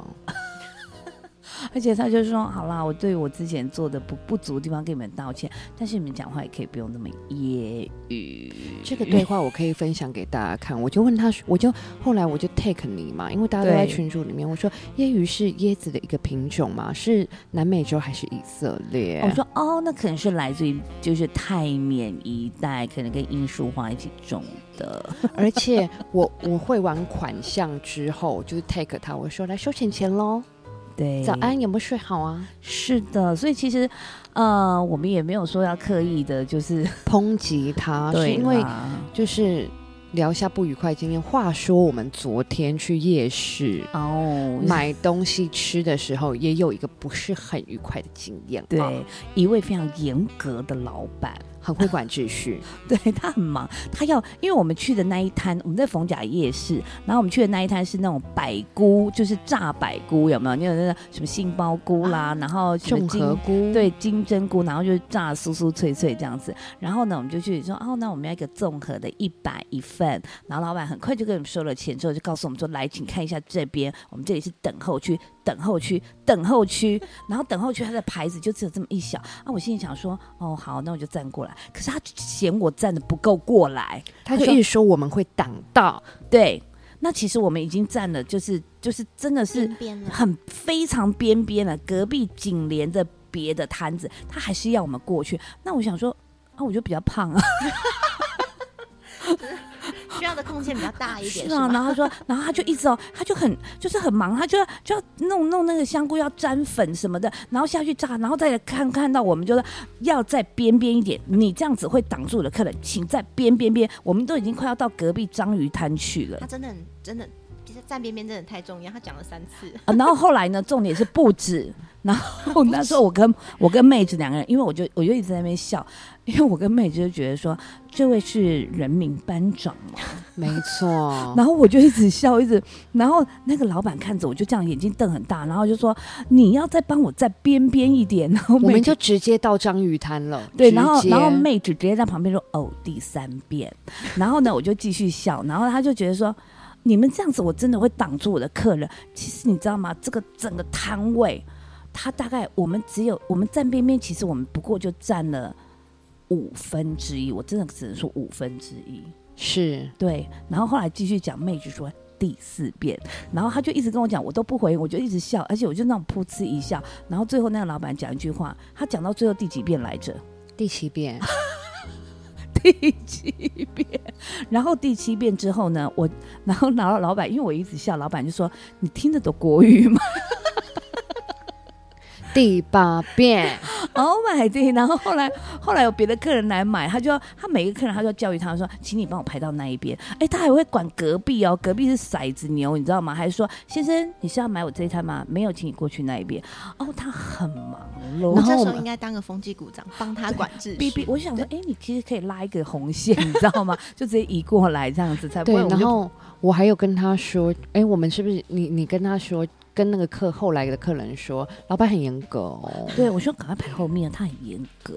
Speaker 5: 而且他就说好啦，我对我之前做的不不足的地方跟你们道歉，但是你们讲话也可以不用那么揶揄。
Speaker 4: 这个对话我可以分享给大家看。我就问他说，我就后来我就 take 你嘛，因为大家都在
Speaker 5: 对
Speaker 4: 群组里面，我说椰鱼是椰子的一个品种嘛，是南美洲还是以色列？
Speaker 5: 我说哦，那可能是来自于就是泰缅一带，可能跟罂粟花一起种的。
Speaker 4: 而且我我汇完款项之后，就是 take 他，我说来收钱钱喽，
Speaker 5: 对
Speaker 4: 早安，有没有睡好啊？
Speaker 5: 是的，所以其实呃，我们也没有说要刻意的，就是、
Speaker 4: 抨击他，是
Speaker 5: 对
Speaker 4: 因为
Speaker 5: 啦
Speaker 4: 就是聊一下不愉快经验。话说我们昨天去夜 市。
Speaker 5: 哦
Speaker 4: 买东西吃的时候，也有一个不是很愉快的经验。
Speaker 5: 对、
Speaker 4: 啊
Speaker 5: 一位非常严格的老板，
Speaker 4: 很会管秩 序。
Speaker 5: 对他很忙，他要因为我们去的那一摊，我们在逢甲夜市，然后我们去的那一摊是那种百菇，就是炸百菇，有没有？你有那个什么杏鲍菇啦，然后什
Speaker 4: 综
Speaker 5: 么金
Speaker 4: 合菇，
Speaker 5: 对金针菇，然后就炸得酥酥脆脆这样子。然后呢，我们就去说，哦，那我们要一个综合的，一百一份。然后老板很快就跟我们收了钱之后，就告诉我们说，来，请看一下这边，我们这里是等候区，等候区，等候区。然后等候区它的牌子就只有这么一小啊，我心里想说，哦，好，那我就站过来。可是他就嫌我站的不够过来，
Speaker 4: 他就一直说我们会挡到，
Speaker 5: 对。那其实我们已经站了，就是就是真的是
Speaker 6: 是边了，
Speaker 5: 很非常边边的，隔壁紧连着别的摊子，他还是要我们过去。那我想说，啊，我就比较胖啊。
Speaker 6: 需要的空间比较大一 点，
Speaker 5: 是啊，
Speaker 6: 吗
Speaker 5: 然后他说，然后他就一直哦，他就很就是很忙，他就要就要弄弄那个香菇要沾粉什么的，然后下去炸，然后再来看看到我们就是要在边边一点，你这样子会挡住我的客人，请在边边边，我们都已经快要到隔壁章鱼滩去了
Speaker 6: 他。真的很真的。其实站边边真的太重要，他讲了三次，
Speaker 5: 啊，然后后来呢，重点是不止。然后那时候我跟我跟妹子两个人，因为我就我就一直在那边笑，因为我跟妹子就觉得说这位是人民班长嘛，
Speaker 4: 没错。
Speaker 5: 然后我就一直笑，一直，然后那个老板看着我就这样眼睛瞪很大，然后就说你要再帮我再边边一点，然后
Speaker 4: 我
Speaker 5: 妹
Speaker 4: 们
Speaker 5: 子
Speaker 4: 就直接到章鱼滩了，
Speaker 5: 对，
Speaker 4: 直
Speaker 5: 然后
Speaker 4: 接
Speaker 5: 然后妹子直接在旁边说哦第三遍，然后呢我就继续笑，然后他就觉得说你们这样子我真的会挡住我的客人。其实你知道吗？这个整个摊位，他大概我们只有我们站边边，其实我们不过就占了五分之一，我真的只能说五分之一。
Speaker 4: 是
Speaker 5: 对，然后后来继续讲妹子说。第四遍，然后他就一直跟我讲，我都不回应，我就一直笑，而且我就那种噗嗤一笑，然后最后那个老板讲一句话，他讲到最后第几遍来着？
Speaker 4: 第七遍，
Speaker 5: 第七遍，然后第七遍之后呢，我然后拿到老板，因为我一直笑，老板就说：“你听得懂国语吗
Speaker 4: 第八 遍，
Speaker 5: ？”Oh my god！然后后来后来有别的客人来买，他就要他每个客人他就要教育他说：“请你帮我排到那一边。”哎，他还会管隔壁哦，隔壁是骰子牛，你知道吗？还说：“先生，你是要买我这一摊吗？”没有，请你过去那一边。哦，他很忙
Speaker 6: 我
Speaker 5: 碌
Speaker 6: 们。
Speaker 4: 后
Speaker 6: 这
Speaker 4: 我
Speaker 6: 时候
Speaker 4: 们
Speaker 6: 应该当个风纪股长，帮他管 制。
Speaker 5: 哔哔，我就想说，哎、你其实可以拉一个红线，你知道吗？就直接移过来这样子，才不
Speaker 4: 对
Speaker 5: 会。我，们
Speaker 4: 然
Speaker 5: 就
Speaker 4: 后我还有跟他说，哎，我们是不是你你跟他说，跟那个客后来的客人说，老板很严格哦，
Speaker 5: 对，我说赶快排后面，他很严格。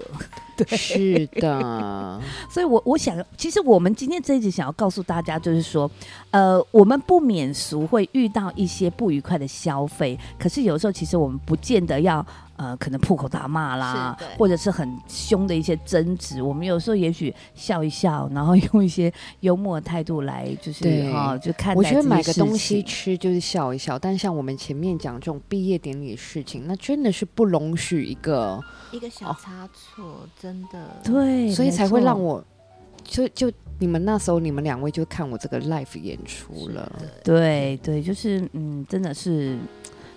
Speaker 4: 是的，
Speaker 5: 所以我我想，其实我们今天这一集想要告诉大家，就是说，呃，我们不免俗会遇到一些不愉快的消费，可是有时候其实我们不见得要。呃，可能破口大骂啦
Speaker 6: 是对，
Speaker 5: 或者是很凶的一些争执，我们有时候也许笑一笑，然后用一些幽默的态度来，就是
Speaker 4: 对
Speaker 5: 哈、就看待
Speaker 4: 我觉得
Speaker 5: 这些
Speaker 4: 买个东
Speaker 5: 事
Speaker 4: 西
Speaker 5: 情
Speaker 4: 吃就是笑一笑，但像我们前面讲这种毕业典礼的事情，那真的是不容许一个，
Speaker 6: 一个小差错，真的。
Speaker 5: 对，
Speaker 4: 所以
Speaker 5: 没
Speaker 4: 才会
Speaker 5: 错
Speaker 4: 让我就就你们那时候你们两位就看我这个 live 演出了，
Speaker 5: 对对，就是嗯，真的是，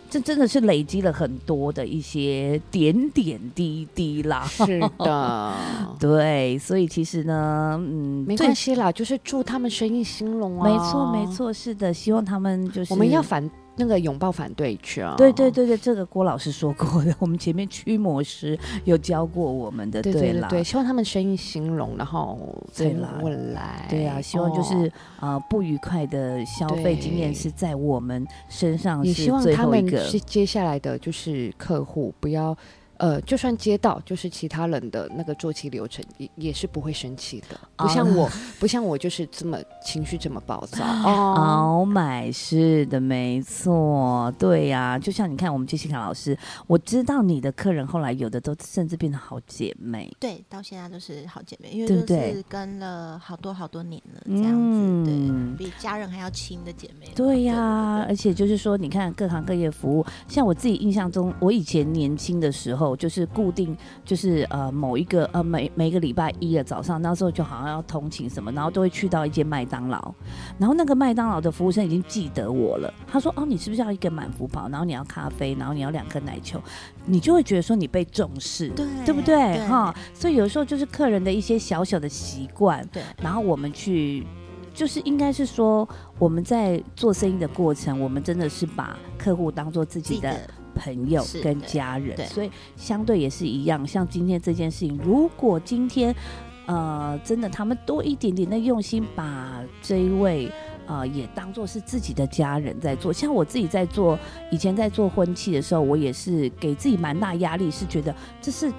Speaker 5: 这真的是累积了很多的一些点点滴滴啦。。
Speaker 4: 是的
Speaker 5: 对，所以其实呢，嗯，
Speaker 4: 没
Speaker 5: 最
Speaker 4: 关系啦，就是祝他们生意兴隆啊！
Speaker 5: 没错没，错，是的，希望他们就是
Speaker 4: 我们要。反那个拥抱反对者。
Speaker 5: 对对对对，这个郭老师说过的，我们前面驱魔师有教过我们的，
Speaker 4: 对对
Speaker 5: 啦，
Speaker 4: 对对，希望他们生意兴隆，然后财
Speaker 5: 对
Speaker 4: 源
Speaker 5: 啦
Speaker 4: 滚来。
Speaker 5: 对啊，希望就是、
Speaker 4: 哦
Speaker 5: 呃不愉快的消费经验
Speaker 4: 对
Speaker 5: 是在我们身上
Speaker 4: 也
Speaker 5: 是
Speaker 4: 希望
Speaker 5: 最
Speaker 4: 他
Speaker 5: 后一
Speaker 4: 们
Speaker 5: 个，
Speaker 4: 是接下来的就是客户不要。呃，就算接到就是其他人的那个做起流程，也也是不会生气的，不像
Speaker 5: 哦
Speaker 4: 我，不像我就是这么情绪这么暴躁哦。
Speaker 5: 哦，买是的，没错，对呀、就像你看，我们杰西卡老师，我知道你的客人后来有的都甚至变成好姐妹，
Speaker 6: 对，到现在都是好姐妹，因
Speaker 5: 对
Speaker 6: 为
Speaker 5: 不
Speaker 6: 就
Speaker 5: 对
Speaker 6: 是跟了好多好多年了，这样子，
Speaker 5: 嗯
Speaker 6: 对，比家人还要亲的姐妹了。
Speaker 5: 对呀、
Speaker 6: 对
Speaker 5: 而且就是说，你看各行各业服务，像我自己印象中，我以前年轻的时候，就是固定就是呃某一个呃每每个礼拜一的早上，那时候就好像要通勤什么，然后都会去到一间麦当劳，然后那个麦当劳的服务生已经记得我了，他说哦，你是不是要一个满福宝，然后你要咖啡，然后你要两颗奶球，你就会觉得说你被重视，
Speaker 6: 对对
Speaker 5: 对不对哈？？所以有时候就是客人的一些小小的习惯，
Speaker 6: 对，
Speaker 5: 然后我们去，就是应该是说我们在做生意的过程，我们真的是把客户当做自
Speaker 6: 自
Speaker 5: 己
Speaker 6: 己
Speaker 5: 的
Speaker 6: 的
Speaker 5: 朋友
Speaker 6: 是
Speaker 5: 跟
Speaker 6: 对
Speaker 5: 家人
Speaker 6: 对，
Speaker 5: 所以相对也是一样。像今天这件事情，如果今天呃真的他们多一点点的用心，把这一位。呃，也当做是自己的家人在做。像我自己在做，以前在做婚期的时候，我也是给自己蛮大压力，是觉得这是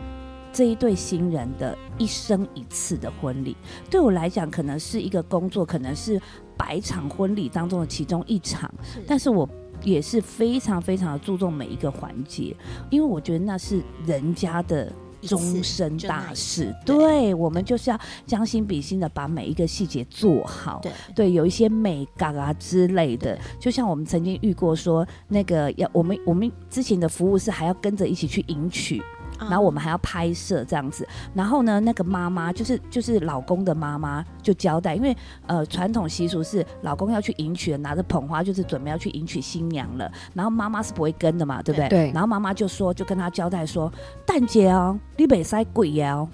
Speaker 5: 这一对新人的一生一次的婚礼。对我来讲，可能是一个工作，可能是百场婚礼当中的其中一场。
Speaker 6: 是
Speaker 5: 但是我也是非常非常的注重每一个环节，因为我觉得那是人家的。
Speaker 6: 一次
Speaker 5: 终身
Speaker 6: 就那
Speaker 5: 大
Speaker 6: 一次
Speaker 5: 事，
Speaker 6: 对
Speaker 5: 对我们就是要将心比心的把每一个细节做好。
Speaker 6: 对
Speaker 5: 对，有一些美感啊之类的
Speaker 6: 对，
Speaker 5: 就像我们曾经遇过说，那个要我们我们之前的服务是还要跟着一起去迎娶，
Speaker 6: 嗯
Speaker 5: 然后我们还要拍摄这样子。然后呢，那个妈妈就是就是老公的妈妈就交代，因为呃传统习俗是老公要去迎娶了，拿着捧花就是准备要去迎娶新娘了，然后妈妈是不会跟的嘛，对不对？
Speaker 4: 对
Speaker 5: 然后妈妈就说，就跟他交代说，蛋姐哦，你北塞鬼哦，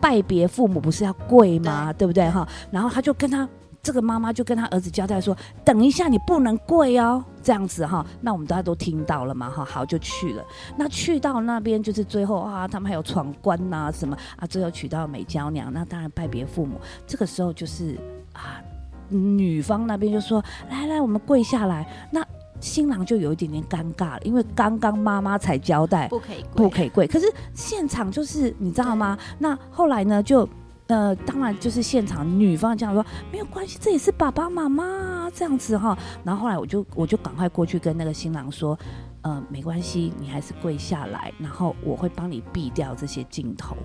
Speaker 5: 拜别父母不是要跪吗？对不对哈？然后他就跟他这个妈妈就跟他儿子交代说，等一下你不能跪哦，这样子哈。那我们大家都听到了嘛哈，好就去了。那去到那边就是最后啊，他们还有闯关呐、什么啊，最后娶到美娇娘，那当然拜别父母。这个时候就是啊，女方那边就说，来来，我们跪下来。那新郎就有一点点尴尬了，因为刚刚妈妈才交代，
Speaker 6: 嗯不可以跪，
Speaker 5: 不可以跪。可是现场就是你知道吗？那后来呢就。呃，当然就是现场女方这样说，啊没有关系，这也是爸爸妈妈啊这样子哈。然后后来我就我就赶快过去跟那个新郎说，呃，没关系，你还是跪下来，然后我会帮你避掉这些镜头。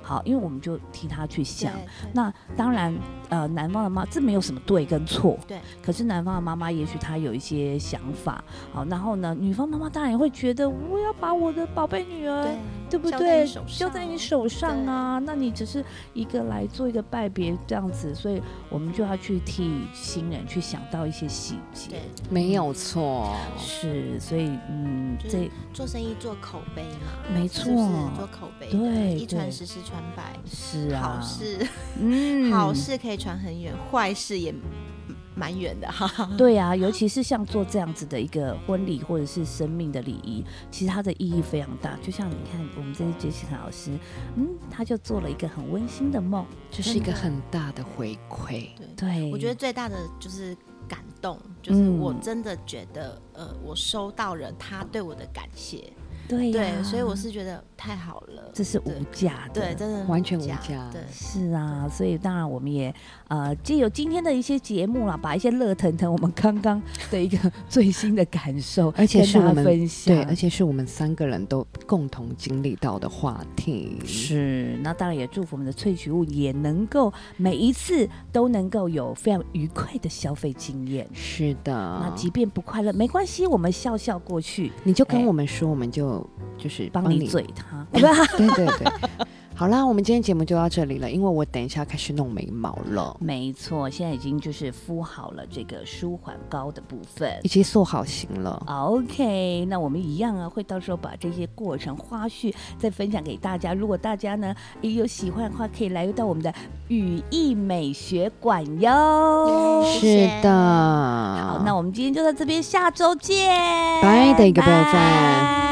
Speaker 5: 好，因为我们就替他去想。
Speaker 6: 那
Speaker 5: 那当然，呃，男方的妈这没有什么对跟错，
Speaker 6: 对。
Speaker 5: 可是男方的妈妈也许她有一些想法，好，然后呢，女方妈妈当然也会觉得我要把我的宝贝女儿，
Speaker 6: 对
Speaker 5: 对不
Speaker 6: 交在
Speaker 5: 对
Speaker 6: 你手？
Speaker 5: 交在你手上啊，那你只是一个来做一个拜别这样子，所以我们就要去替新人去想到一些细节。哦
Speaker 6: 对，
Speaker 4: 没有错，
Speaker 5: 是，所以嗯，
Speaker 6: 就是
Speaker 5: 这
Speaker 6: 做生意做口碑嘛，
Speaker 5: 没
Speaker 6: 是
Speaker 5: 错
Speaker 6: 不是做口碑的，
Speaker 5: 对
Speaker 6: 一传
Speaker 5: 对
Speaker 6: 十，十传百，
Speaker 5: 是啊，
Speaker 6: 好事
Speaker 5: 嗯，
Speaker 6: 好事可以传很远，坏事也嗯蛮远的哈。
Speaker 5: 对啊，尤其是像做这样子的一个婚礼或者是生命的礼仪，其实它的意义非常大。就像你看，我们这位杰西卡老师，嗯，他就做了一个很温馨的梦。
Speaker 4: 这是一个很大的回馈。
Speaker 5: 对，
Speaker 6: 我觉得最大的就是感动，就是
Speaker 5: 嗯
Speaker 6: 我真的觉得，呃，我收到了他对我的感谢，
Speaker 5: 对呀、
Speaker 6: 对，所以我是觉得太好了，
Speaker 5: 这是无价的，
Speaker 6: 对，真的
Speaker 4: 完全无价
Speaker 6: 对，
Speaker 5: 是啊，所以当然我们也呃借由今天的一些节目啦，把一些热腾腾我们刚刚的一个 最新的感受，
Speaker 4: 而且
Speaker 5: 跟
Speaker 4: 是
Speaker 5: 大
Speaker 4: 我
Speaker 5: 家
Speaker 4: 们
Speaker 5: 分享，
Speaker 4: 对，而且是我们三个人都共同经历到的话题。
Speaker 5: 是，那当然也祝福我们的萃取物也能够每一次都能够有非常愉快的消费经验。
Speaker 4: 是
Speaker 5: 那
Speaker 4: 的，
Speaker 5: 即便不快乐没关系，我们笑笑过去，
Speaker 4: 你就跟
Speaker 5: 哎
Speaker 4: 我们说，我们就就是
Speaker 5: 帮
Speaker 4: 你
Speaker 5: 你嘴他。
Speaker 4: 对对对。 好啦，我们今天节目就到这里了，因为我等一下开始弄眉毛了，
Speaker 5: 没错，现在已经就是敷好了这个舒缓膏的部分
Speaker 4: 以。及塑好型了。
Speaker 5: OK，那我们一样啊，会到时候把这些过程花絮再分享给大家。如果大家呢也有喜欢的话，可以来到我们的羽翼美学馆哟。
Speaker 6: 谢
Speaker 4: 是
Speaker 6: 谢
Speaker 4: 的，
Speaker 5: 好，那我们今天就到这边，下周见。
Speaker 4: 拜的一个
Speaker 5: 拜
Speaker 4: 部分